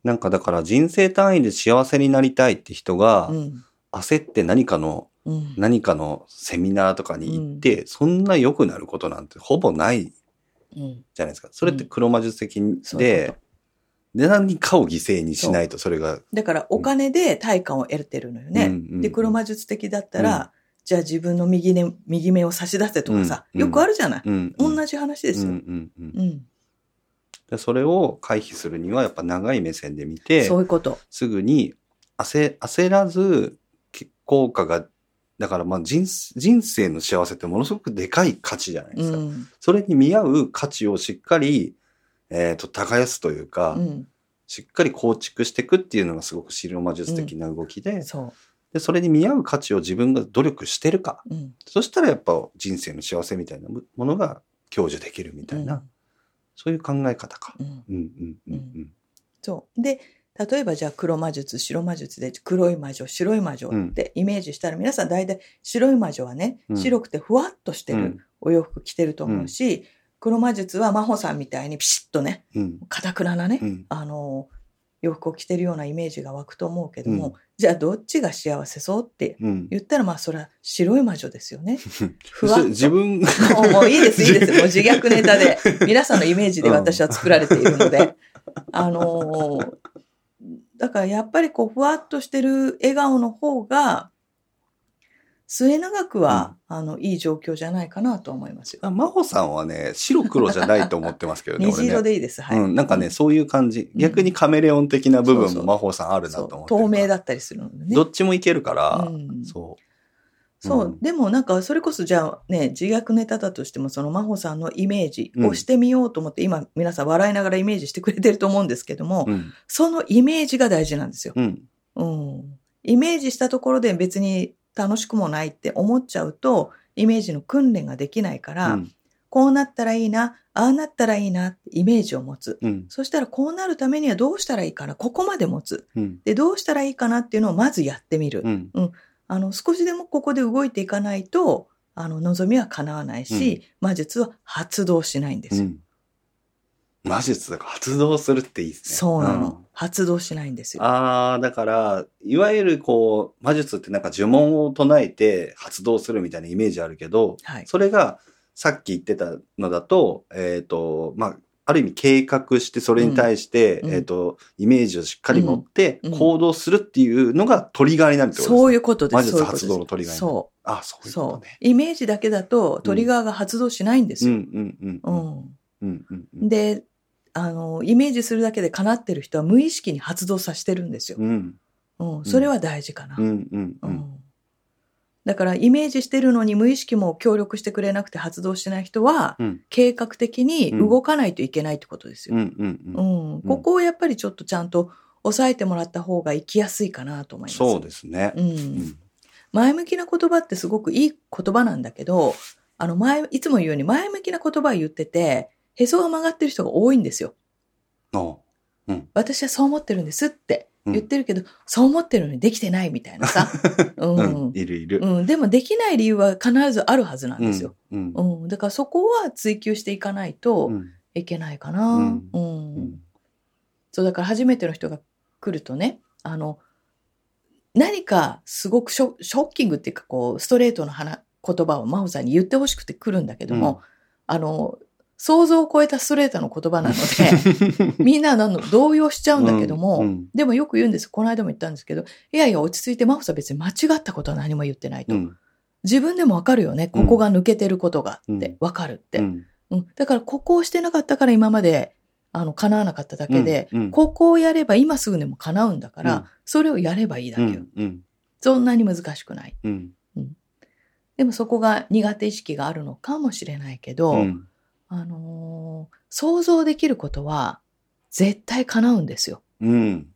Speaker 2: なんかだから人生単位で幸せになりたいって人が
Speaker 3: う、ん。
Speaker 2: 焦って何かの、
Speaker 3: うん。
Speaker 2: 何かのセミナーとかに行って、そんな良くなることなんてほぼない
Speaker 3: うん。
Speaker 2: じゃないですか。それって黒魔術的
Speaker 3: そういうこ
Speaker 2: で、で何かを犠牲にしないとそれが。
Speaker 3: だから、お金で対価を得てるのよね。
Speaker 2: うんうんうん
Speaker 3: で、黒魔術的だったら、
Speaker 2: う
Speaker 3: じゃあ自分の右,、ね、右目を差し出せとかさ、
Speaker 2: うん
Speaker 3: よくあるじゃない。
Speaker 2: うん。
Speaker 3: 同じ話です
Speaker 2: うん
Speaker 3: よ。
Speaker 2: うんうん
Speaker 3: うん。
Speaker 2: でそれを回避するにはやっぱ長い目線で見て
Speaker 3: そういうこと。
Speaker 2: すぐに焦焦らず結効果がだからまあ人人生の幸せってものすごくでかい価値じゃないで
Speaker 3: う
Speaker 2: すか、
Speaker 3: ん。
Speaker 2: それに見合う価値をしっかり、えー、と耕すというか、
Speaker 3: うん。
Speaker 2: しっかり構築していくっていうのがすごく白魔術的な動きで,、
Speaker 3: そ
Speaker 2: でそれに見合う価値を自分が努力してるか
Speaker 3: う。うん。
Speaker 2: そしたらやっぱ人生の幸せみたいなもものが享受できるみたいな、そういう考え方か。
Speaker 3: うん。うん
Speaker 2: うんうんうんうん
Speaker 3: そう。で、例えばじゃあ黒魔術、白魔術で黒い魔女、白い魔女ってイメージしたら、皆さん大体白い魔女はね、
Speaker 2: うん
Speaker 3: 白くてふわっとしてるお洋服着てると思うし、黒魔術は真帆さんみたいにピシッとね、
Speaker 2: うん
Speaker 3: かたくななね、
Speaker 2: うん
Speaker 3: あの、洋服を着てるようなイメージが湧くと思うけども、
Speaker 2: うん
Speaker 3: じゃあどっちが幸せそうって
Speaker 2: うん
Speaker 3: 言ったら、まあそれは白い魔女で すよね。ふわっ
Speaker 2: そ
Speaker 3: と
Speaker 2: れ自分が
Speaker 3: もうもういいです、いい です。もう自虐ネタで、皆さんのイメージで私は作られているので。あのーだからやっぱりこう、ふわっとしてる笑顔の方が、末永くは、あの、いい状況じゃないかなと思いますよ。
Speaker 2: あ真帆さんはね、白黒じゃないと思ってますけど ね、
Speaker 3: 虹
Speaker 2: 俺
Speaker 3: 色
Speaker 2: ね。
Speaker 3: でいいです、はい。
Speaker 2: うん、なんかね、そういう感じ。
Speaker 3: うん
Speaker 2: 逆にカメレオン的な部
Speaker 3: そう
Speaker 2: 分
Speaker 3: そう
Speaker 2: も真帆さんあるな
Speaker 3: そ
Speaker 2: と
Speaker 3: う
Speaker 2: 思ってる
Speaker 3: 透明
Speaker 2: から
Speaker 3: だったりするのでね。
Speaker 2: どっちもいけるから
Speaker 3: う、ん
Speaker 2: そ
Speaker 3: そう、
Speaker 2: うん
Speaker 3: でもなんかそれこそじゃあね自虐ネタだとしてもその真帆さんのイメージをしてみようと思って、今皆さん笑いながらイメージしてくれてると思うんですけども、
Speaker 2: う。うん。
Speaker 3: そのイメージが大事なんですよ。
Speaker 2: うん。
Speaker 3: うん。イメージしたところで別に楽しくもないって思っちゃうと、イメージの訓練ができないから、
Speaker 2: うん
Speaker 3: こうなったらいいな、ああなったらいいなってイメージを持つ。
Speaker 2: うん。
Speaker 3: そしたらこうなるためにはどうしたらいいかな、ここまで持つ。
Speaker 2: うん。
Speaker 3: で、どうしたらいいかなっていうのをまずやってみる。
Speaker 2: うん。
Speaker 3: あの、少しでもここで動いていかないと、あの、望みは叶わないし、魔術は発動しないんです
Speaker 2: う
Speaker 3: よ。
Speaker 2: ん魔術だから発動するっていいですね。
Speaker 3: そうなの、
Speaker 2: ん
Speaker 3: 発動しないんですよ。
Speaker 2: ああ、だから、いわゆるこう、魔術ってなんか呪文を唱えて発動するみたいなイメージあるけど、
Speaker 3: はい。
Speaker 2: それが、さっき言ってたのだと、えっ、と、まあ、ある意味計画して、それに対して、
Speaker 3: うん
Speaker 2: えっ、と、イメージをしっかり持って
Speaker 3: うんう、ん
Speaker 2: 行動するっていうのがトリガーになるってことですね。
Speaker 3: そういうことです。
Speaker 2: 魔術
Speaker 3: そういうことです
Speaker 2: 発動のトリガーになる
Speaker 3: そう。
Speaker 2: あ、そういうこ
Speaker 3: そ
Speaker 2: と
Speaker 3: う
Speaker 2: ね。。
Speaker 3: イメージだけだとトリガーが発動しないんです
Speaker 2: うん
Speaker 3: よ。
Speaker 2: うんう。
Speaker 3: うん
Speaker 2: うんう
Speaker 3: ん。
Speaker 2: んうんうん。
Speaker 3: で、あの、イメージするだけで叶ってる人は無意識に発動させてるんですよ
Speaker 2: う。ん
Speaker 3: うん。それは大事かな。
Speaker 2: うんうん
Speaker 3: う
Speaker 2: うん。
Speaker 3: ん。だから、イメージしてるのに無意識も協力してくれなくて発動しない人は
Speaker 2: うん、
Speaker 3: 計画的に動かないといけないってことです
Speaker 2: う
Speaker 3: よ。
Speaker 2: んうん
Speaker 3: う
Speaker 2: うん。
Speaker 3: ん。ここをやっぱりちょっとちゃんと抑えてもらった方が生きやすいかなと思います。
Speaker 2: そうですね。
Speaker 3: う。
Speaker 2: うんん
Speaker 3: 前向きな言葉ってすごくいい言葉なんだけど、あの前、いつも言うように前向きな言葉を言ってて、へそが曲がってる人が多いんですよ。
Speaker 2: あ
Speaker 3: 私はそう思ってるんですって。
Speaker 2: うん
Speaker 3: 言ってるけど、そう思ってるのにできてないみたい なさ。うん
Speaker 2: うん、いるいる。
Speaker 3: うん、でもできない理由は必ずあるはずなんですよ。
Speaker 2: うん。
Speaker 3: うんだからそこは追求していかないと
Speaker 2: うん。
Speaker 3: いけないかな。う
Speaker 2: うんんうん
Speaker 3: そうだから初めての人が来るとねあの何かすごくショショッキングっていうかこうストレートの話言葉を真帆さんに言ってほしくて来るんだけども、あの想像を超えたストレートの言葉なので みんななの動揺しちゃうんだけども、
Speaker 2: うん
Speaker 3: でもよく言うんですこの間も言ったんですけどいやいや落ち着いて真帆さん別に間違ったことは何も言ってないと。
Speaker 2: うん
Speaker 3: 自分でもわかるよね。ここが抜けてることがあって、わかるって、
Speaker 2: う
Speaker 3: うん
Speaker 2: ん
Speaker 3: だから、ここをしてなかったから今まで、あの、叶わなかっただけで、
Speaker 2: うんうん
Speaker 3: ここをやれば今すぐでも叶うんだから、
Speaker 2: うん
Speaker 3: それをやればいいだ
Speaker 2: う
Speaker 3: けよ、
Speaker 2: んうん
Speaker 3: そんなに難しくない。
Speaker 2: うん
Speaker 3: でもそこが苦手意識があるのかもしれないけど、
Speaker 2: うん
Speaker 3: あのー想像できることは絶対叶うんですよ。
Speaker 2: うん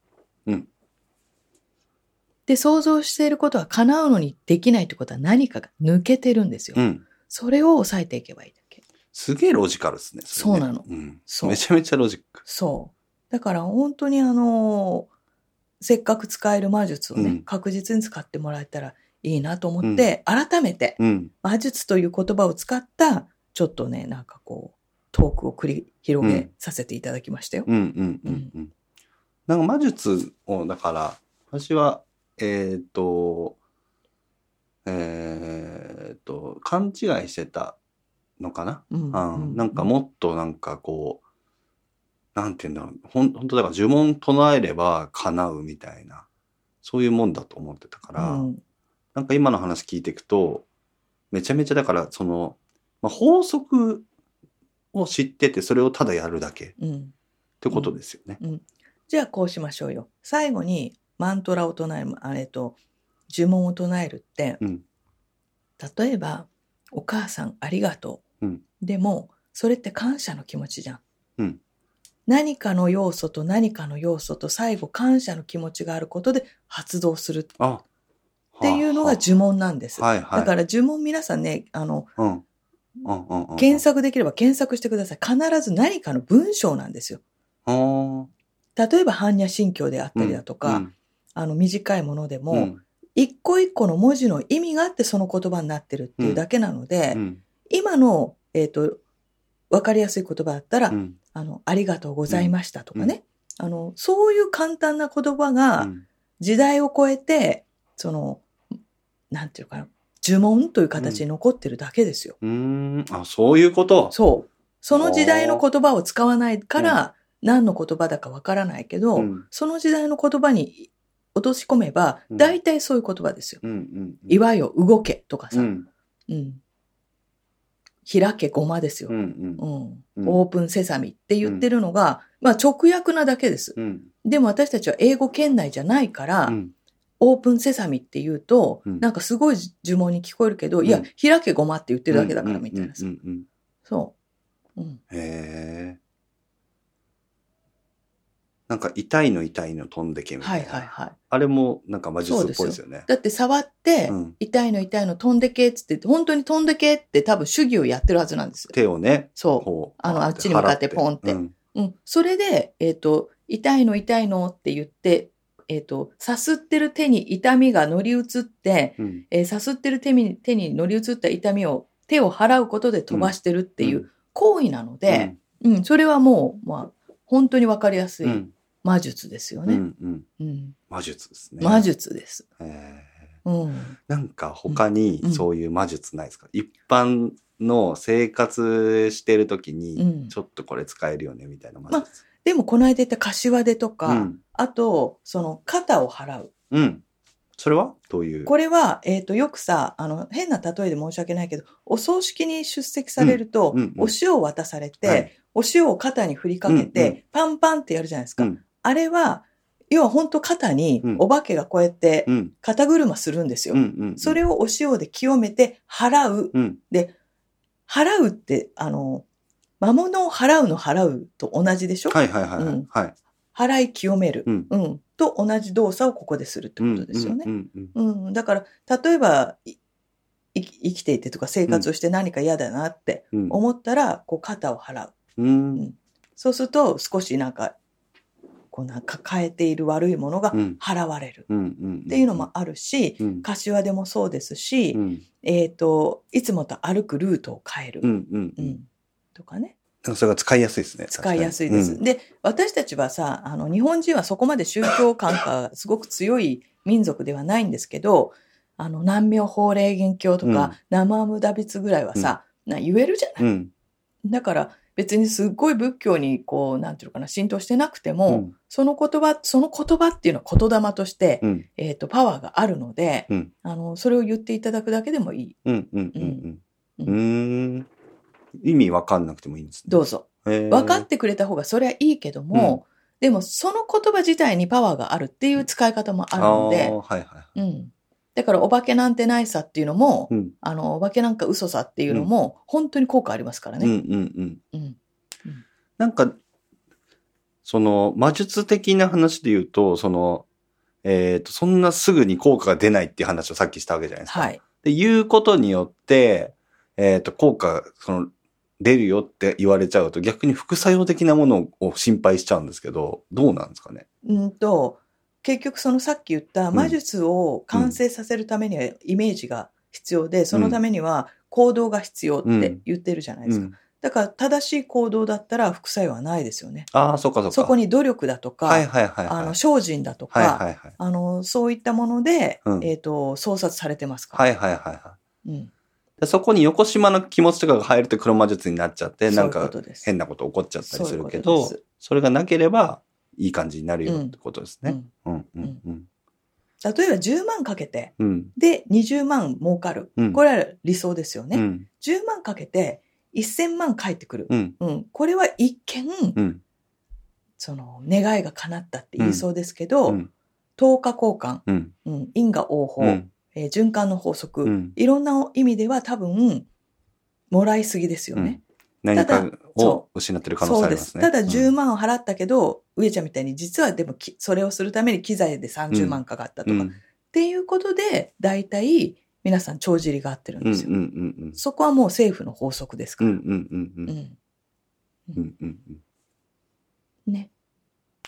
Speaker 3: で、想像していることは叶うのにできないってことは何かが抜けてるんですよ。
Speaker 2: うん
Speaker 3: それを抑えていけばいいだけ。
Speaker 2: すげえロジカルですね。れね
Speaker 3: そうなの
Speaker 2: うん
Speaker 3: そう
Speaker 2: めちゃめちゃロジック。
Speaker 3: そう。だから本当にあのせっかく使える魔術をね、
Speaker 2: うん
Speaker 3: 確実に使ってもらえたらいいなと思って、改めて
Speaker 2: うん
Speaker 3: 魔術という言葉を使った、ちょっとね、なんかこう、トークを繰り広げさせていただきましたよ。
Speaker 2: うんうんうんうん。なんか魔術を、だから、私は、えっと、えっと、勘違いしてたのかな
Speaker 3: うん
Speaker 2: うんなんかもっとなんかこう、なんて言うんだろう、ほん本当だから呪文唱えれば叶うみたいな、そういうもんだと思ってたから、
Speaker 3: うん
Speaker 2: なんか今の話聞いていくと、めちゃめちゃだからその、まあ、法則を知っててそれをただやるだけっ
Speaker 3: うん
Speaker 2: てことですよね。
Speaker 3: じゃあこうしましょうよ。最後にマントラを唱える、あれと、呪文を唱えるって、
Speaker 2: うん
Speaker 3: 例えば、お母さんありがとう。
Speaker 2: うん
Speaker 3: でも、それって感謝の気持ちじゃん。
Speaker 2: うん
Speaker 3: 何かの要素と何かの要素と最後感謝の気持ちがあることで発動するっ
Speaker 2: あって
Speaker 3: いうのが呪文なんです。
Speaker 2: はいはい。
Speaker 3: だから呪文皆さんね、あの、
Speaker 2: ら、うん。うんうんうん。
Speaker 3: 検索できれば検索してください。必ず何かの文章なんですよ。
Speaker 2: あー
Speaker 3: 例えば、般若心経であっ
Speaker 2: う
Speaker 3: た
Speaker 2: ん
Speaker 3: りだとか、
Speaker 2: うん
Speaker 3: あの、短いものでも、
Speaker 2: うん
Speaker 3: 一個一個の文字の意味があってその言葉になってるっていうだけなので、
Speaker 2: うん
Speaker 3: 今の、えっ、と、わかりやすい言葉だったら、
Speaker 2: うん
Speaker 3: あの、ありがとうございましたとかね、あの、そういう簡単な言葉が時代を超えて、その、なんていうかな、呪文という形に残ってるだけですよ。
Speaker 2: うん。うーん。あ、そういうこと。
Speaker 3: そう。その時代の言葉を使わないから、何の言葉だかわからないけど、
Speaker 2: うん
Speaker 3: その時代の言葉に落とし込めば、
Speaker 2: うん
Speaker 3: 大体そういう言葉ですよ。
Speaker 2: うんうん。
Speaker 3: いわよ、動けとかさ、
Speaker 2: うん
Speaker 3: うん。開けごまですよ。
Speaker 2: う
Speaker 3: うんん。
Speaker 2: うん。うん
Speaker 3: オープンセサミって言ってるのが、まあ直訳なだけです。
Speaker 2: うん
Speaker 3: でも私たちは英語圏内じゃないから、
Speaker 2: うん
Speaker 3: オープンセサミって言うと、
Speaker 2: うん
Speaker 3: なんかすごい呪文に聞こえるけど、
Speaker 2: ん
Speaker 3: いや、開けごまって言ってるだけだからみたいなさ。
Speaker 2: うんうんうんうん
Speaker 3: そう。うん。
Speaker 2: へえ。なんか痛いの痛いの飛んでけみた
Speaker 3: はいい
Speaker 2: な。
Speaker 3: はいはい。
Speaker 2: あれもなんか魔術っぽいですよね。
Speaker 3: だって触って、
Speaker 2: うん
Speaker 3: 痛いの痛いの飛んでけっつって、本当に飛んでけって多分主義をやってるはずなんですよ。
Speaker 2: 手をね、
Speaker 3: そう。
Speaker 2: こう。
Speaker 3: あのあっちに向かって
Speaker 2: 払
Speaker 3: ポンって
Speaker 2: うん
Speaker 3: うん、それで、えっ、と、痛いの痛いのって言って、えっ、と、さすってる手に痛みが乗り移って、
Speaker 2: うん
Speaker 3: えーさすってる手に手に乗り移った痛みを手を払うことで飛ばしてるっていう行為なので、うん、それはもう、まあ、本当にわかりやす
Speaker 2: うんう
Speaker 3: い
Speaker 2: ん
Speaker 3: 魔術ですよ
Speaker 2: う
Speaker 3: ね。
Speaker 2: んうん
Speaker 3: うん、
Speaker 2: 魔術ですね。
Speaker 3: 魔術です。
Speaker 2: へえ。
Speaker 3: うん。
Speaker 2: なんか他に
Speaker 3: うん
Speaker 2: そういう魔術ないですか、一般の生活してる時
Speaker 3: う
Speaker 2: に
Speaker 3: ん
Speaker 2: ちょっとこれ使えるよねみたいな魔術。
Speaker 3: でも、この間言った柏手とか、
Speaker 2: うん。
Speaker 3: あと、その、肩を払う。
Speaker 2: うん。それはどういう
Speaker 3: これは、えっとよくさあの変な例えで申し訳ないけどお葬式に出席されると、
Speaker 2: うんうんうん
Speaker 3: お塩を渡されて、
Speaker 2: はい
Speaker 3: お塩を肩に振りかけて、
Speaker 2: うんう
Speaker 3: パンパンってやるじゃないですか、
Speaker 2: うん
Speaker 3: あれは要は本当肩に
Speaker 2: うん
Speaker 3: お化けがこうやって
Speaker 2: うん。
Speaker 3: 肩車するんですよ、
Speaker 2: うんうんうん。
Speaker 3: それをお塩で清めて払う
Speaker 2: うん。
Speaker 3: 払うってあの魔物を払うの払うと同じでしょ、
Speaker 2: はいはいはいはい。
Speaker 3: うん
Speaker 2: はい。
Speaker 3: 払い清める、
Speaker 2: うん
Speaker 3: うん、と同じ動作をここでするってことですよね、
Speaker 2: うんうん
Speaker 3: うん、だから、例えば、いい生きていてとか生活をして何か嫌だなって
Speaker 2: うん
Speaker 3: 思ったら、こう肩を払う。
Speaker 2: うん。うん
Speaker 3: そうすると少しなんかこうなんか抱えている悪いものが
Speaker 2: うん
Speaker 3: 払われる
Speaker 2: うんうん
Speaker 3: っていうのもあるし、
Speaker 2: うん
Speaker 3: 柏でもそうですし、
Speaker 2: うん
Speaker 3: えっ、と、いつもと歩くルートを変える。
Speaker 2: うんうん
Speaker 3: うんとかね、
Speaker 2: うんそれが使いやすいですね
Speaker 3: 使いやすいです。で、私たちはさ、あの、日本人はそこまで宗教感がすごく強い民族ではないんですけど、あの、南明法令元教とか、
Speaker 2: うん
Speaker 3: 生阿弥陀仏ぐらいはさ、な言えるじゃない
Speaker 2: うんうん
Speaker 3: だから別にすっごい仏教にこう、なんていうのかな、浸透してなくて
Speaker 2: う
Speaker 3: も、
Speaker 2: ん
Speaker 3: その言葉、その言葉っていうのは言霊として、
Speaker 2: うん
Speaker 3: えっ、と、パワーがあるので、
Speaker 2: うん
Speaker 3: あの、それを言っていただくだけでもいい。
Speaker 2: うんうんうんうん
Speaker 3: う
Speaker 2: うーん意味わかんなくてもいいんですね
Speaker 3: どうぞ。
Speaker 2: へー
Speaker 3: 分かってくれた方がそれはいいけども、でもその言葉自体にパワーがあるっていう使い方もあるの
Speaker 2: あ
Speaker 3: で
Speaker 2: ー、はいは
Speaker 3: うん。だから、お化けなんてないさっていうのも、
Speaker 2: うん
Speaker 3: あの、お化けなんか嘘さっていうのも、本当に効果ありますから
Speaker 2: い、うん
Speaker 3: ね。
Speaker 2: うんうん
Speaker 3: うん。
Speaker 2: なんか、その、魔術的な話で言うと、その、えっ、と、そんなすぐに効果が出ないっていう話をさっきしたわけじゃないですか。
Speaker 3: はい。
Speaker 2: で、言うことによって、えっ、と、効果、その、出るよって言われちゃうと、逆に副作用的なものを心配しちゃうんですけど、どうなんですかね。
Speaker 3: うんと、結局そのさっき言った
Speaker 2: ん
Speaker 3: 魔術を完成させるためにはイメージが必要で、そのためには行動が必要って言ってるじゃないですか。
Speaker 2: うん
Speaker 3: だから正しい行動だったら副作用はないですよね。
Speaker 2: ああ、そっかそっか。
Speaker 3: そこに努力だとか、
Speaker 2: はいはいはいはい。
Speaker 3: あの精進だとか、
Speaker 2: はいはいはい。
Speaker 3: あのそういったもので、
Speaker 2: うん
Speaker 3: えっ、と創殺されてますから。
Speaker 2: はいはいはいは
Speaker 3: うん、
Speaker 2: いで。そこに横島の気持ちとかが入ると黒魔術になっちゃって、なん
Speaker 3: そういう
Speaker 2: か
Speaker 3: ことです
Speaker 2: 変なこと起こっちゃったりするけ
Speaker 3: そういう
Speaker 2: ど、
Speaker 3: こ
Speaker 2: そ
Speaker 3: とです
Speaker 2: れがなければいい感じになるよってことですね。うんうんうん
Speaker 3: うん例えば10万かけて
Speaker 2: うん
Speaker 3: で20万儲かる、
Speaker 2: うん
Speaker 3: これは理想ですよね。
Speaker 2: うん
Speaker 3: 10万かけて1000万返ってくる、
Speaker 2: うん
Speaker 3: うん、これは一見、
Speaker 2: うん
Speaker 3: その願いが叶ったって言いそうですけ
Speaker 2: う
Speaker 3: ど、
Speaker 2: ん
Speaker 3: 等価交換、
Speaker 2: うん
Speaker 3: うん、因果応報、
Speaker 2: うん
Speaker 3: えー循環の法則、
Speaker 2: うん
Speaker 3: いろんな意味では多分もらいすぎですよね。
Speaker 2: 何
Speaker 3: た
Speaker 2: か
Speaker 3: だ
Speaker 2: を
Speaker 3: そ
Speaker 2: 失ってる可能性
Speaker 3: そ
Speaker 2: あ
Speaker 3: う
Speaker 2: り
Speaker 3: で
Speaker 2: ます
Speaker 3: す。
Speaker 2: ね。
Speaker 3: ただ10万を払ったけど、上ちゃんみたいに実はでもきそれをするために機材で30万かかったと
Speaker 2: う
Speaker 3: か、
Speaker 2: ん
Speaker 3: っ
Speaker 2: うん
Speaker 3: ていうことで大体皆さん帳尻が合ってるん
Speaker 2: うんうん
Speaker 3: ですよ。
Speaker 2: うん
Speaker 3: そこはもう政府の法則です
Speaker 2: う
Speaker 3: から。
Speaker 2: んうんうんうん
Speaker 3: うん
Speaker 2: うんうんうん
Speaker 3: ね、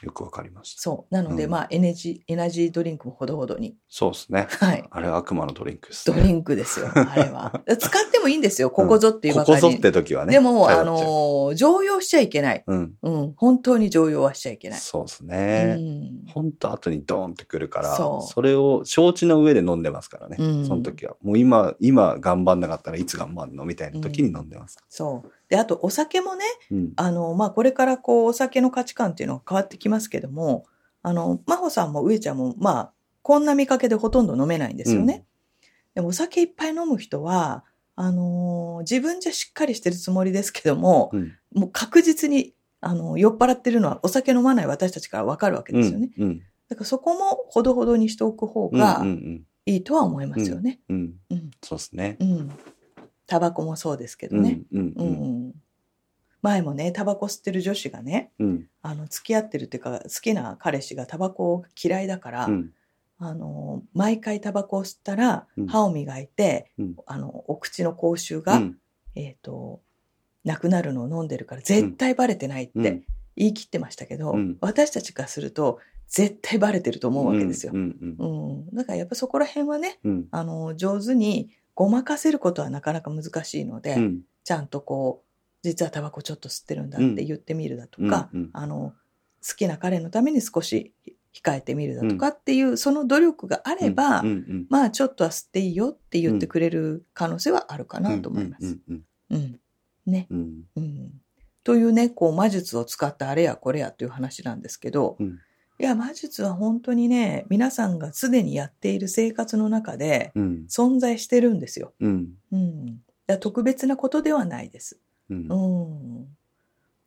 Speaker 2: よくわかりました。
Speaker 3: そう。なので、
Speaker 2: うん
Speaker 3: まあ、エネジー、エナジードリンクもほどほど に。
Speaker 2: そうですね。
Speaker 3: はい。
Speaker 2: あれは悪魔のドリンクです
Speaker 3: ド
Speaker 2: ね。
Speaker 3: リンクですよ、あれは。使ってもいいんですよ、ここぞっていうば
Speaker 2: こ
Speaker 3: か
Speaker 2: こ
Speaker 3: り
Speaker 2: ぞ
Speaker 3: に。
Speaker 2: って時はね。
Speaker 3: でも、
Speaker 2: 頼っ
Speaker 3: あ
Speaker 2: ちゃう
Speaker 3: のー、常用しちゃいけない。
Speaker 2: うん。
Speaker 3: うん、本当に常用はしちゃいけない。
Speaker 2: そうです
Speaker 3: う
Speaker 2: ね。
Speaker 3: ん、
Speaker 2: ほんと後にドーンってくるから、
Speaker 3: そう
Speaker 2: それを承知の上で飲んでますからね。
Speaker 3: うん
Speaker 2: その時は。もう今、今頑張んなかったらいつ頑張んのみたいな時に飲んでます。
Speaker 3: そう。で、あと、お酒もね、
Speaker 2: うん。
Speaker 3: あの、まあ、これからこう、お酒の価値観っていうのは変わってきますけども、あの、真帆さんも上ちゃんも、まあ、こんな見かけでほとんど飲めないんですよね。でも、お酒いっぱい飲む人は、あのー自分じゃしっかりしてるつもりですけども、
Speaker 2: うん
Speaker 3: もう確実に、あの、酔っ払ってるのはお酒飲まない私たちからわかるわけですよね。
Speaker 2: うん。
Speaker 3: だからそこもほどほどにしておく方
Speaker 2: うん。
Speaker 3: が
Speaker 2: うんうん
Speaker 3: いいとは思いますよね。
Speaker 2: うん。うん。
Speaker 3: うん。
Speaker 2: そうですね。
Speaker 3: うん。タバコもそうですけどね。
Speaker 2: うん。う。
Speaker 3: うんん。前もね、タバコ吸ってる女子がね、
Speaker 2: うん。
Speaker 3: あの、付き合ってるっていうか、好きな彼氏がタバコ嫌いだから、
Speaker 2: うん。
Speaker 3: あの、毎回タバコを吸ったら
Speaker 2: うん、
Speaker 3: 歯を磨いて、
Speaker 2: うん
Speaker 3: あの、お口の口臭
Speaker 2: う
Speaker 3: が、
Speaker 2: ん。
Speaker 3: えっ、と、なくなるのを飲んでるから、絶対バレてないって、
Speaker 2: うん
Speaker 3: 言い切ってましたけど、
Speaker 2: うん
Speaker 3: 私たちからすると絶対バレてると思うわけですよ。
Speaker 2: う
Speaker 3: うん
Speaker 2: んうん
Speaker 3: だからやっぱそこら辺はね
Speaker 2: うん。
Speaker 3: あの上手にごまかせることはなかなか難しいので、
Speaker 2: うん。
Speaker 3: ちゃんとこう実はタバコちょっと吸ってるんだって言ってみるだとか、
Speaker 2: うんうん
Speaker 3: あの好きな彼のために少し控えてみるだとかっていう、その努力があれば、
Speaker 2: うんうん
Speaker 3: まあちょっとは吸っていいよって言ってくれる可能性はあるかなと思います。
Speaker 2: うんうん
Speaker 3: うんね
Speaker 2: うんうん。
Speaker 3: うんというね、こう魔術を使ったあれやこれやという話なんですけど、
Speaker 2: うん
Speaker 3: いや、魔術は本当にね、皆さんがすでにやっている生活の中で
Speaker 2: うん。
Speaker 3: 存在してるんですよ。
Speaker 2: うん。
Speaker 3: うん。だから特別なことではないです。
Speaker 2: うん
Speaker 3: う。ん。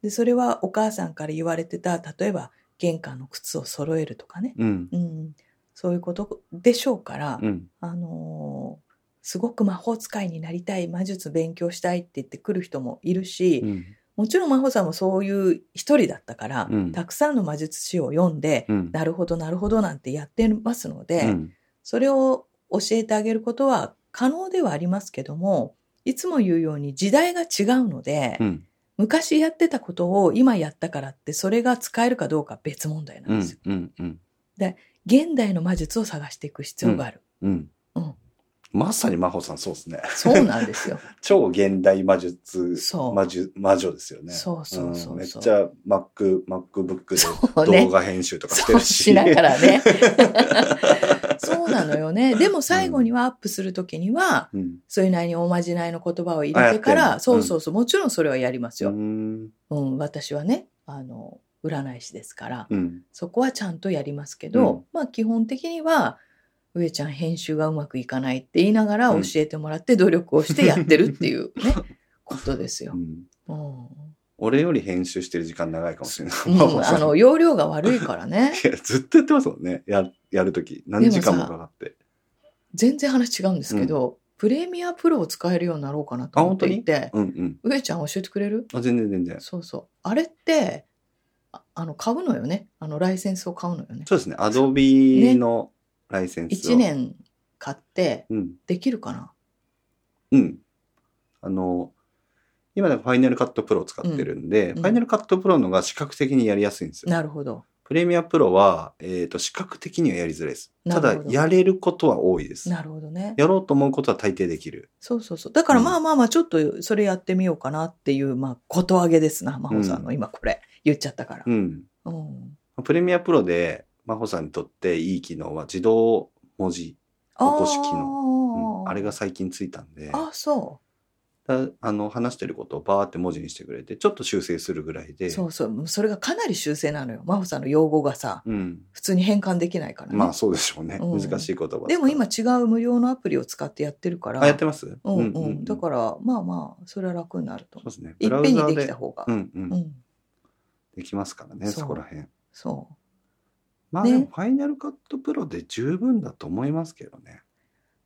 Speaker 3: で、それはお母さんから言われてた、例えば玄関の靴を揃えるとかね。
Speaker 2: うん。
Speaker 3: うん。そういうことでしょうから、
Speaker 2: うん。
Speaker 3: あのーすごく魔法使いになりたい、魔術勉強したいって言ってくる人もいるし、
Speaker 2: うん。
Speaker 3: もちろん真帆さんもそういう一人だったから、
Speaker 2: うん
Speaker 3: たくさんの魔術師を読んで、
Speaker 2: うん。
Speaker 3: なるほどなるほどなんてやってますので、
Speaker 2: うん
Speaker 3: それを教えてあげることは可能ではありますけどもいつも言うように時代が違うので、
Speaker 2: うん
Speaker 3: 昔やってたことを今やったからって、それが使えるかどうかは別問題な
Speaker 2: うんん
Speaker 3: ですよ。
Speaker 2: うんうん
Speaker 3: 現代の魔術を探していく必要がある。
Speaker 2: うん
Speaker 3: うん
Speaker 2: まさに真帆さんそうです ね
Speaker 3: そうなんですよ。
Speaker 2: 超現代魔術
Speaker 3: そう
Speaker 2: 魔術魔女ですよね
Speaker 3: そうそうそうそう
Speaker 2: めっちゃ Mac MacBook で
Speaker 3: そうね
Speaker 2: 動。画編集とかして
Speaker 3: そ
Speaker 2: る
Speaker 3: う
Speaker 2: し
Speaker 3: しなが らね。そうなのよね。でも最後にはアップするときには、
Speaker 2: うん
Speaker 3: それなりにおまじないの言葉を入れてか
Speaker 2: あやってん
Speaker 3: ら、
Speaker 2: の
Speaker 3: そうそうそう、もちろんそれはやります
Speaker 2: う
Speaker 3: よ。
Speaker 2: ん
Speaker 3: うん、私はね、あの、占い師ですから、
Speaker 2: うん
Speaker 3: そこはちゃんとやりますけど、
Speaker 2: うん
Speaker 3: まあ基本的には、上ちゃん編集がうまくいかないって言いながら
Speaker 2: う
Speaker 3: 教
Speaker 2: ん
Speaker 3: えてもらって努力をしてやってるっていう ね、ことです
Speaker 2: う
Speaker 3: よ。
Speaker 2: ん
Speaker 3: うん。うん
Speaker 2: 俺より編集してる時間長いかもしれない。 真帆さ
Speaker 3: あ
Speaker 2: ん
Speaker 3: の、
Speaker 2: い
Speaker 3: 容量が悪いから ね。
Speaker 2: や、ずっとやってますもんね。や、やるとき。何時間もかかって。
Speaker 3: 全然話違うんですけど、プレミアプロを使えるようになろうかなと思っていて、
Speaker 2: うんうん。
Speaker 3: 上ちゃん教えてくれる
Speaker 2: あ、全然全然。
Speaker 3: そうそう。あれって、ああの、買うのよね。あの、ライセンスを買うのよね。
Speaker 2: そうですね。アドビのライセンスを。
Speaker 3: 1。年買って、
Speaker 2: うん。
Speaker 3: できるかな
Speaker 2: うん。あの、今だからファイナルカットプロを使ってるんで、
Speaker 3: んうん
Speaker 2: ファイナルカットプロのが視覚的にやりやすいんですよ。
Speaker 3: なるほど。
Speaker 2: プレミアプロは、えっ、と、視覚的にはやりづらいです。た
Speaker 3: な
Speaker 2: だ
Speaker 3: るほ、ど
Speaker 2: やれることは多いです。
Speaker 3: なるほどね。
Speaker 2: やろうと思うことは大抵できる。
Speaker 3: そうそうそう。だから
Speaker 2: うん
Speaker 3: まあまあまあ、ちょっとそれやってみようかなっていう、まあ、ことあげですな。真帆さんの、
Speaker 2: う
Speaker 3: 今これ言っちゃったから。
Speaker 2: うん。
Speaker 3: うん。
Speaker 2: プレミアプロで、真帆さんにとっていい機能は自動文字。おこし機うんあれが最近ついたんで、
Speaker 3: あ、そ
Speaker 2: だあの話してることをバーって文字にしてくれて、ちょっと修正するぐらいで、
Speaker 3: う。そうそう。それがかなり修正なのよ。真帆さんの用語がさ、
Speaker 2: うん。
Speaker 3: 普通に変換できないからね。
Speaker 2: まあそうでしょうね。
Speaker 3: うん
Speaker 2: 難しい言葉。
Speaker 3: でも今、違う無料のアプリを使ってやってるから。
Speaker 2: あ、やってます
Speaker 3: うんうん。だから、まあまあ、それは楽になると
Speaker 2: そうで。すね。
Speaker 3: いっ
Speaker 2: ブラウ
Speaker 3: ぺん
Speaker 2: ザ
Speaker 3: に
Speaker 2: ー
Speaker 3: で
Speaker 2: で
Speaker 3: きた、方が。
Speaker 2: うんう。
Speaker 3: うんん。
Speaker 2: できますからね、
Speaker 3: そう
Speaker 2: そこら辺。
Speaker 3: そう。
Speaker 2: まあ
Speaker 3: ね
Speaker 2: でも、ファイナルカットプロで十分だと思いますけどね。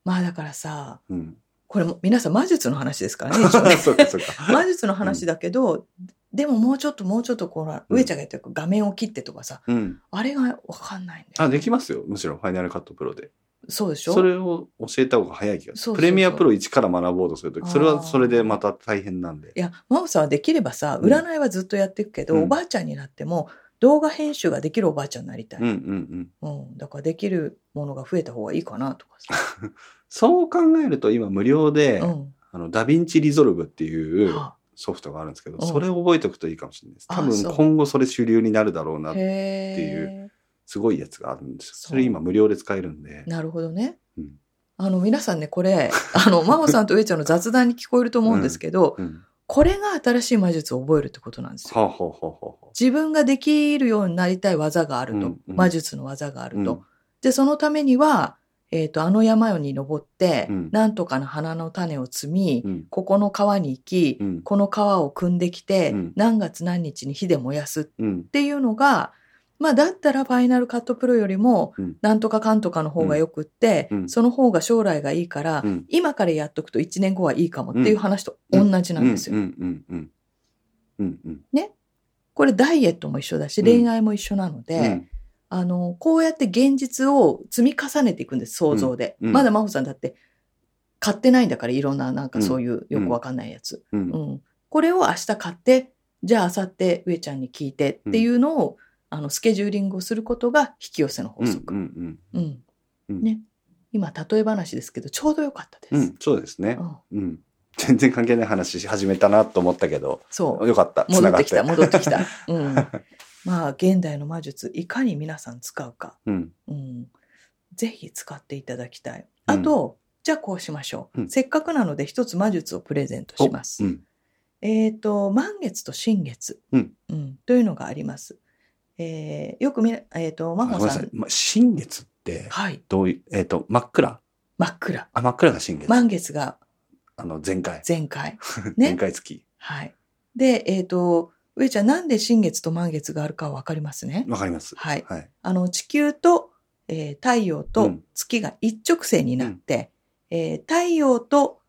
Speaker 3: まあだからさ、
Speaker 2: うん。
Speaker 3: これも皆さん魔術の話ですからね。一応ね
Speaker 2: そうかそうか。
Speaker 3: 魔術の話だけど、でももうちょっともうちょっとこの、
Speaker 2: うん
Speaker 3: 上ちゃんが言ってる画面を切ってとかさ、
Speaker 2: うん。
Speaker 3: あれがわかんないんだ
Speaker 2: あ、
Speaker 3: よ。
Speaker 2: できますよ。むしろ、ファイナルカットプロで。
Speaker 3: そうでしょ
Speaker 2: それを教えた方が早い気がす
Speaker 3: そうそうそう
Speaker 2: る。プレミアプロ一から学ぼうとするとき、それ
Speaker 3: あー
Speaker 2: はそれでまた大変なんで
Speaker 3: い。や、真帆さんはできればさ、
Speaker 2: うん
Speaker 3: 占いはずっとやっていくけど、
Speaker 2: うん
Speaker 3: おばあちゃんになっても動画編集ができるおばあちゃんになりたい。
Speaker 2: うんうんうん。
Speaker 3: うん、だからできるものが増えた方がいいかなとか さ。
Speaker 2: そう考えると今無料で、
Speaker 3: うん。
Speaker 2: あのダヴィンチリゾルブっていう
Speaker 3: は
Speaker 2: ソフトがあるんですけど、
Speaker 3: うん
Speaker 2: それを覚えておくといいかもしれないです。
Speaker 3: あ
Speaker 2: 多
Speaker 3: そう
Speaker 2: 分今後それ主流になるだろう
Speaker 3: あ
Speaker 2: な、
Speaker 3: へ
Speaker 2: ってい
Speaker 3: え。
Speaker 2: すごいやつがあるんですよ。
Speaker 3: そう
Speaker 2: それ今無料で使えるんで。
Speaker 3: なるほどね。
Speaker 2: うん
Speaker 3: あの、皆さんね、これ、 あの、真帆さんと上ちゃんの雑談に聞こえると思うんですけど、
Speaker 2: うん。
Speaker 3: これが新しい魔術を覚えるってことなんですよ。
Speaker 2: ほうほうほうほうほ
Speaker 3: 自分ができるようになりたい技があると、
Speaker 2: うんうん
Speaker 3: 魔術の技があ
Speaker 2: う。
Speaker 3: ると。で、そのためには、えっ、と、あの山に登って、
Speaker 2: うん
Speaker 3: なんとかの花の種を摘み、
Speaker 2: うん。うん。
Speaker 3: ここの川に行き、
Speaker 2: うん
Speaker 3: この川を汲んできて、
Speaker 2: うん
Speaker 3: 何月何日に火で燃やすっ
Speaker 2: うん。
Speaker 3: ていうのが、まあだったらファイナルカットプロよりも
Speaker 2: うん、
Speaker 3: なんとかかんとかの方がよくって、
Speaker 2: うんうん
Speaker 3: その方が将来がいいから、
Speaker 2: うん
Speaker 3: 今からやっとくと1年後はいいかもっていう話と同じなんですよ。
Speaker 2: うんうんうん。うんうん。
Speaker 3: これダイエットも一緒だし、
Speaker 2: うん
Speaker 3: 恋愛も一緒なので、
Speaker 2: うん
Speaker 3: あの、こうやって現実を積み重ねていくんです、想像で。
Speaker 2: うんうん
Speaker 3: まだ真帆さんだって、買ってないんだから、いろんな、なんかそういうよくわかんないやつ。
Speaker 2: うん
Speaker 3: うん。これを明日買って、じゃあ明後日、上ちゃんに聞いてっていうのを、あの、スケジューリングをすることが引き寄せの法則。
Speaker 2: う
Speaker 3: うん。
Speaker 2: んうん
Speaker 3: ね。今、例え話ですけど、ちょうどよかったです。
Speaker 2: うんうん。そうですね
Speaker 3: う。ん
Speaker 2: うん。全然関係ない話し始めたなと思ったけど、
Speaker 3: そう。
Speaker 2: よかった。
Speaker 3: 戻
Speaker 2: 繋
Speaker 3: っ
Speaker 2: が
Speaker 3: てきた、戻ってきた。 うん。まあ、現代の魔術、いかに皆さん使うか。
Speaker 2: うん。
Speaker 3: うん、ぜひ使っていただきたい。あと、じゃあこうしましょう、
Speaker 2: うん
Speaker 3: せっかくなので一つ魔術をプレゼントします。
Speaker 2: うん。
Speaker 3: えっ、と、満月と新月、
Speaker 2: うん
Speaker 3: というのがあります。えーよくみな、えっ、と、
Speaker 2: あ
Speaker 3: 真
Speaker 2: ごめん
Speaker 3: 帆
Speaker 2: な
Speaker 3: さ
Speaker 2: さ
Speaker 3: ん
Speaker 2: い。。ま新月って、
Speaker 3: はい。
Speaker 2: どういう、えっ、と、真っ暗
Speaker 3: 真っ暗。
Speaker 2: あ、真っ暗が新月。
Speaker 3: 満月が
Speaker 2: あの、前回。
Speaker 3: 全開。
Speaker 2: 前
Speaker 3: ね。
Speaker 2: 回月。
Speaker 3: はい。で、えっ、と、上ちゃん、なんで新月と満月があるかわかりますね。
Speaker 2: わかります。
Speaker 3: はい
Speaker 2: はい。
Speaker 3: あの、地球と、えー太陽
Speaker 2: う
Speaker 3: と
Speaker 2: ん
Speaker 3: 月が一直線になって、えー太陽と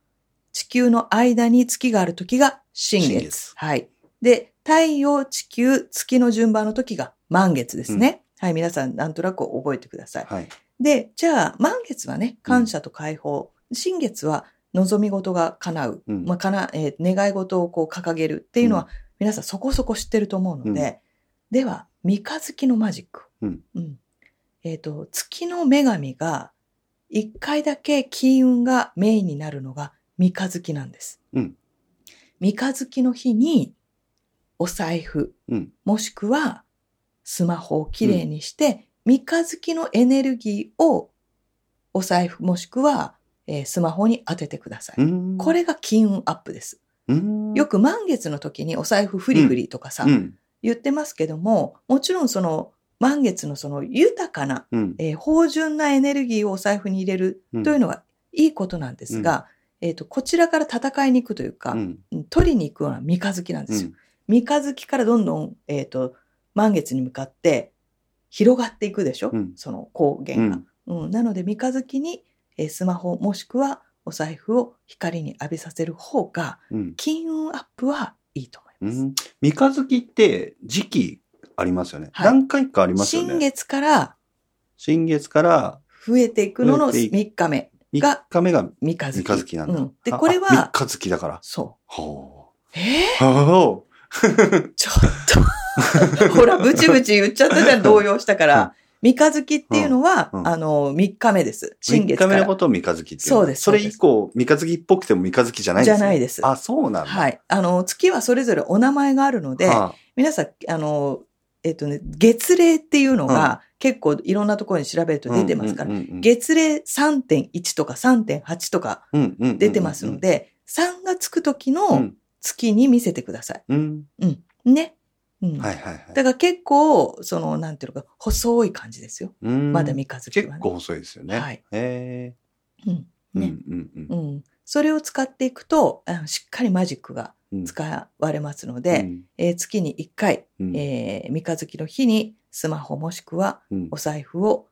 Speaker 3: 地球の間に月がある時が新月。
Speaker 2: 新月
Speaker 3: はい。で、太陽、地球、月の順番の時が満月ですね。はい、皆さんなんとなく覚えてください。
Speaker 2: はい。
Speaker 3: で、じゃあ、満月はね、感謝と解放。新月は望み事が叶う。
Speaker 2: うん
Speaker 3: まあ、かな、えー願い事をこう掲げるっていうのは、皆さんそこそこ知ってると思うので、では、三日月のマジック。
Speaker 2: うん
Speaker 3: えっ、と、月の女神が、一回だけ金運がメインになるのが三日月なんです。
Speaker 2: うん
Speaker 3: 三日月の日に、お財布、
Speaker 2: うん
Speaker 3: もしくは、スマホをきれいにして、三日月のエネルギーを、お財布もしくは、えースマホに当ててください。
Speaker 2: うん
Speaker 3: これが金運アップです。
Speaker 2: うん
Speaker 3: よく満月の時にお財布フリフリとかさ、
Speaker 2: うん
Speaker 3: 言ってますけども、もちろんその満月のその豊かな、
Speaker 2: うん
Speaker 3: えー芳醇なエネルギーをお財布に入れる
Speaker 2: うん
Speaker 3: というのはいいことなんですが、えっ、と、こちらから戦いに行くというか、
Speaker 2: うん
Speaker 3: うん取りに行くような三日月なんですよ。三日月からどんどん、えっ、と、満月に向かって広がっていくでしょ、
Speaker 2: うん
Speaker 3: その光
Speaker 2: うんう
Speaker 3: 源が。
Speaker 2: ん
Speaker 3: うん、なので三日月に、えースマホもしくはお財布を光に浴びさせる方が
Speaker 2: うん
Speaker 3: 金運アップはいいと
Speaker 2: う
Speaker 3: 思います。
Speaker 2: ん三日月って時期ありますよね、
Speaker 3: はい
Speaker 2: 何回かありますよ
Speaker 3: 新
Speaker 2: ね
Speaker 3: 月から
Speaker 2: 新月から
Speaker 3: 増えていくのの
Speaker 2: 増えていく
Speaker 3: 3日目、
Speaker 2: 3
Speaker 3: が
Speaker 2: 日目が
Speaker 3: 三日
Speaker 2: 三
Speaker 3: 月。
Speaker 2: 日月なんだ、
Speaker 3: うんで、
Speaker 2: あ
Speaker 3: これ
Speaker 2: あ三
Speaker 3: は、
Speaker 2: 日月だから
Speaker 3: そ
Speaker 2: ほ
Speaker 3: う。え
Speaker 2: うほ
Speaker 3: ー ちょっと、 ほら、ブチブチ言っちゃったじゃん、動揺したから。三日月っていうのは、
Speaker 2: うんうん
Speaker 3: あの、3日目です。
Speaker 2: う
Speaker 3: 新
Speaker 2: 3
Speaker 3: 月
Speaker 2: 日
Speaker 3: か
Speaker 2: 目のこ
Speaker 3: ら。
Speaker 2: とを三日月っていの
Speaker 3: そうです
Speaker 2: そ
Speaker 3: そう
Speaker 2: れ
Speaker 3: です
Speaker 2: 以降三日月っぽくても三日月じゃないんですね
Speaker 3: じゃないです
Speaker 2: あそうなんだ、
Speaker 3: はい。あの、月はそれぞれお名前があるので、
Speaker 2: はあ
Speaker 3: 皆さん、あの、えっとね、月齢っていうのが結構いろんなところに調べると出てますから、
Speaker 2: うんうんうんうん
Speaker 3: 月齢3.1とか3.8とか
Speaker 2: うんうんうんうん
Speaker 3: 出てますの、で、3がつく時
Speaker 2: う
Speaker 3: の
Speaker 2: ん
Speaker 3: 月に見せてください。
Speaker 2: うん、
Speaker 3: ね。うん。
Speaker 2: はいはいはい
Speaker 3: だから結構、その、なんていうのか、細い感じですよ。ま
Speaker 2: ま
Speaker 3: だ三日月
Speaker 2: 結
Speaker 3: はね。
Speaker 2: 構細いですよね。
Speaker 3: はい
Speaker 2: へ
Speaker 3: うん。
Speaker 2: ー
Speaker 3: ね。
Speaker 2: うんうん
Speaker 3: う。
Speaker 2: うん
Speaker 3: それを使っていくと、あのしっかりマジックが
Speaker 2: ん。
Speaker 3: 使われますの
Speaker 2: う
Speaker 3: で、
Speaker 2: ん
Speaker 3: えー月に1回、
Speaker 2: うん
Speaker 3: えー三日月の日にスマホもしくは
Speaker 2: うん
Speaker 3: お財布を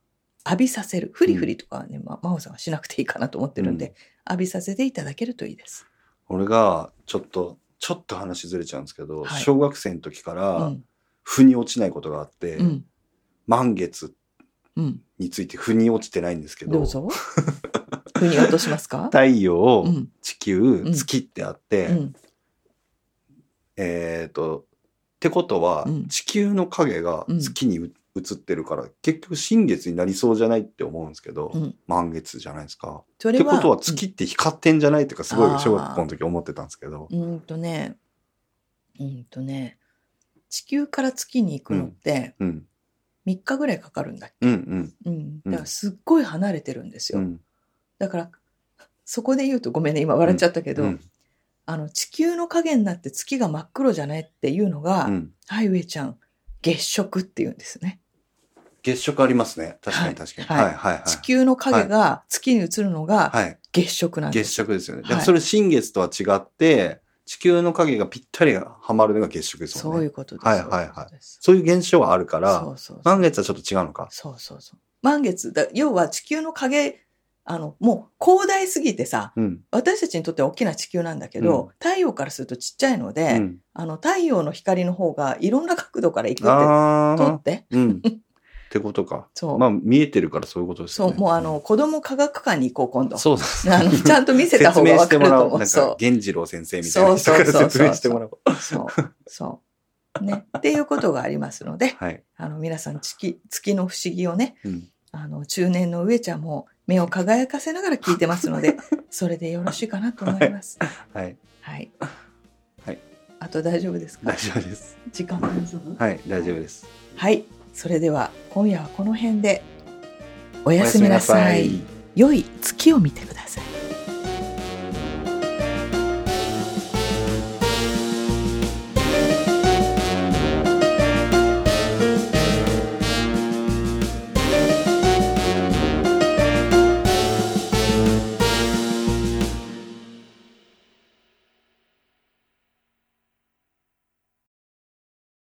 Speaker 3: 浴びさせる。フリフリとかはね、ま、真帆さんはしなくていいかなと思ってるんで、
Speaker 2: う
Speaker 3: 浴びさせていただけるといいです。
Speaker 2: 俺がちょっとちょっと話ずれちゃうんですけど、
Speaker 3: はい
Speaker 2: 小学生の時か
Speaker 3: う
Speaker 2: ら
Speaker 3: ん。
Speaker 2: 腑に落ちないことがあって、
Speaker 3: うん。
Speaker 2: 満月
Speaker 3: うん。
Speaker 2: について腑に落ちてないんですけど
Speaker 3: どうぞ。腑に落としま すか
Speaker 2: 太陽、
Speaker 3: うん。
Speaker 2: 地球、月ってあって、
Speaker 3: うん。
Speaker 2: えっ、とってことは、
Speaker 3: うん
Speaker 2: 地球の影が月にう映ってるから、結局新月になりそうじゃないって思うんですけど、
Speaker 3: うん
Speaker 2: 満月じゃないですか。
Speaker 3: そ
Speaker 2: っ
Speaker 3: れ
Speaker 2: てことは
Speaker 3: うん
Speaker 2: 月って光ってんじゃないとかすご
Speaker 3: あー
Speaker 2: い小学校の時思ってたんですけど。
Speaker 3: うーんとね、うーんとね、地球から月に行くのって
Speaker 2: うん。
Speaker 3: 3日ぐらいかかるんだっけ、
Speaker 2: うんうん。
Speaker 3: うん、だからすっごい離れてるんです
Speaker 2: う
Speaker 3: よ。
Speaker 2: ん。
Speaker 3: だから、そこで言うとごめんね、今笑っちゃったけど、
Speaker 2: うん
Speaker 3: あの、地球の影になって月が真っ黒じゃないっていうのが、
Speaker 2: うん。
Speaker 3: はい、上ちゃん、月食っていうんですね。
Speaker 2: 月食ありますね。確かに確かに。
Speaker 3: はい
Speaker 2: はいはいはい。
Speaker 3: 地球の影が月に映るのが
Speaker 2: はい。
Speaker 3: 月食なんで
Speaker 2: 月
Speaker 3: す。
Speaker 2: 食ですよね。だ
Speaker 3: はい
Speaker 2: からそれ新月とは違って、地球の影がぴったりはまるのが月食です
Speaker 3: そ
Speaker 2: もん
Speaker 3: うい
Speaker 2: ね。
Speaker 3: うことです。
Speaker 2: はいはいはい
Speaker 3: い。そ
Speaker 2: そういう現象はあるから、
Speaker 3: うそうそう。
Speaker 2: 満月はちょっと違うのか。
Speaker 3: そうそうそう。満月、だ要は地球の影、あの、もう広大すぎてさ、
Speaker 2: うん。
Speaker 3: 私たちにとっては大きな地球なんだけど、
Speaker 2: うん
Speaker 3: 太陽からするとちっちゃいの
Speaker 2: う
Speaker 3: で、
Speaker 2: ん。
Speaker 3: あの、太陽の光の方がいろんな角度から行くって、
Speaker 2: あ
Speaker 3: と
Speaker 2: あ
Speaker 3: っ。て、
Speaker 2: うん。ってことか。
Speaker 3: そう、
Speaker 2: まあ見えてるからそういうことです
Speaker 3: そ
Speaker 2: よ
Speaker 3: う、
Speaker 2: ね。
Speaker 3: もうあの、子供科学館に行こう、今度。
Speaker 2: そうですね。
Speaker 3: あの、ちゃんと見せた
Speaker 2: 説
Speaker 3: 方が
Speaker 2: 明
Speaker 3: わ
Speaker 2: し
Speaker 3: か
Speaker 2: ても
Speaker 3: る
Speaker 2: ら
Speaker 3: と
Speaker 2: お
Speaker 3: 思
Speaker 2: う。
Speaker 3: う。
Speaker 2: なん
Speaker 3: そ
Speaker 2: か
Speaker 3: う、、
Speaker 2: 源次郎先生みたいな人から
Speaker 3: そうそうそうそう
Speaker 2: 説明してもらおう。
Speaker 3: そう、そう。ね。っていうことがありますので、
Speaker 2: はい。
Speaker 3: あの、皆さん、月、月の不思議をね、
Speaker 2: うん
Speaker 3: あの、中年の上ちゃんも目を輝かせながら聞いてますの で、それでよろしいかなと思います。
Speaker 2: はい。
Speaker 3: はい。
Speaker 2: はい。
Speaker 3: あと大丈夫ですか
Speaker 2: 大丈夫です。
Speaker 3: 時間大丈夫
Speaker 2: はい、大丈夫です。
Speaker 3: はい。それでは、今夜はこの辺で、おやすみなさい。良い月を見てください。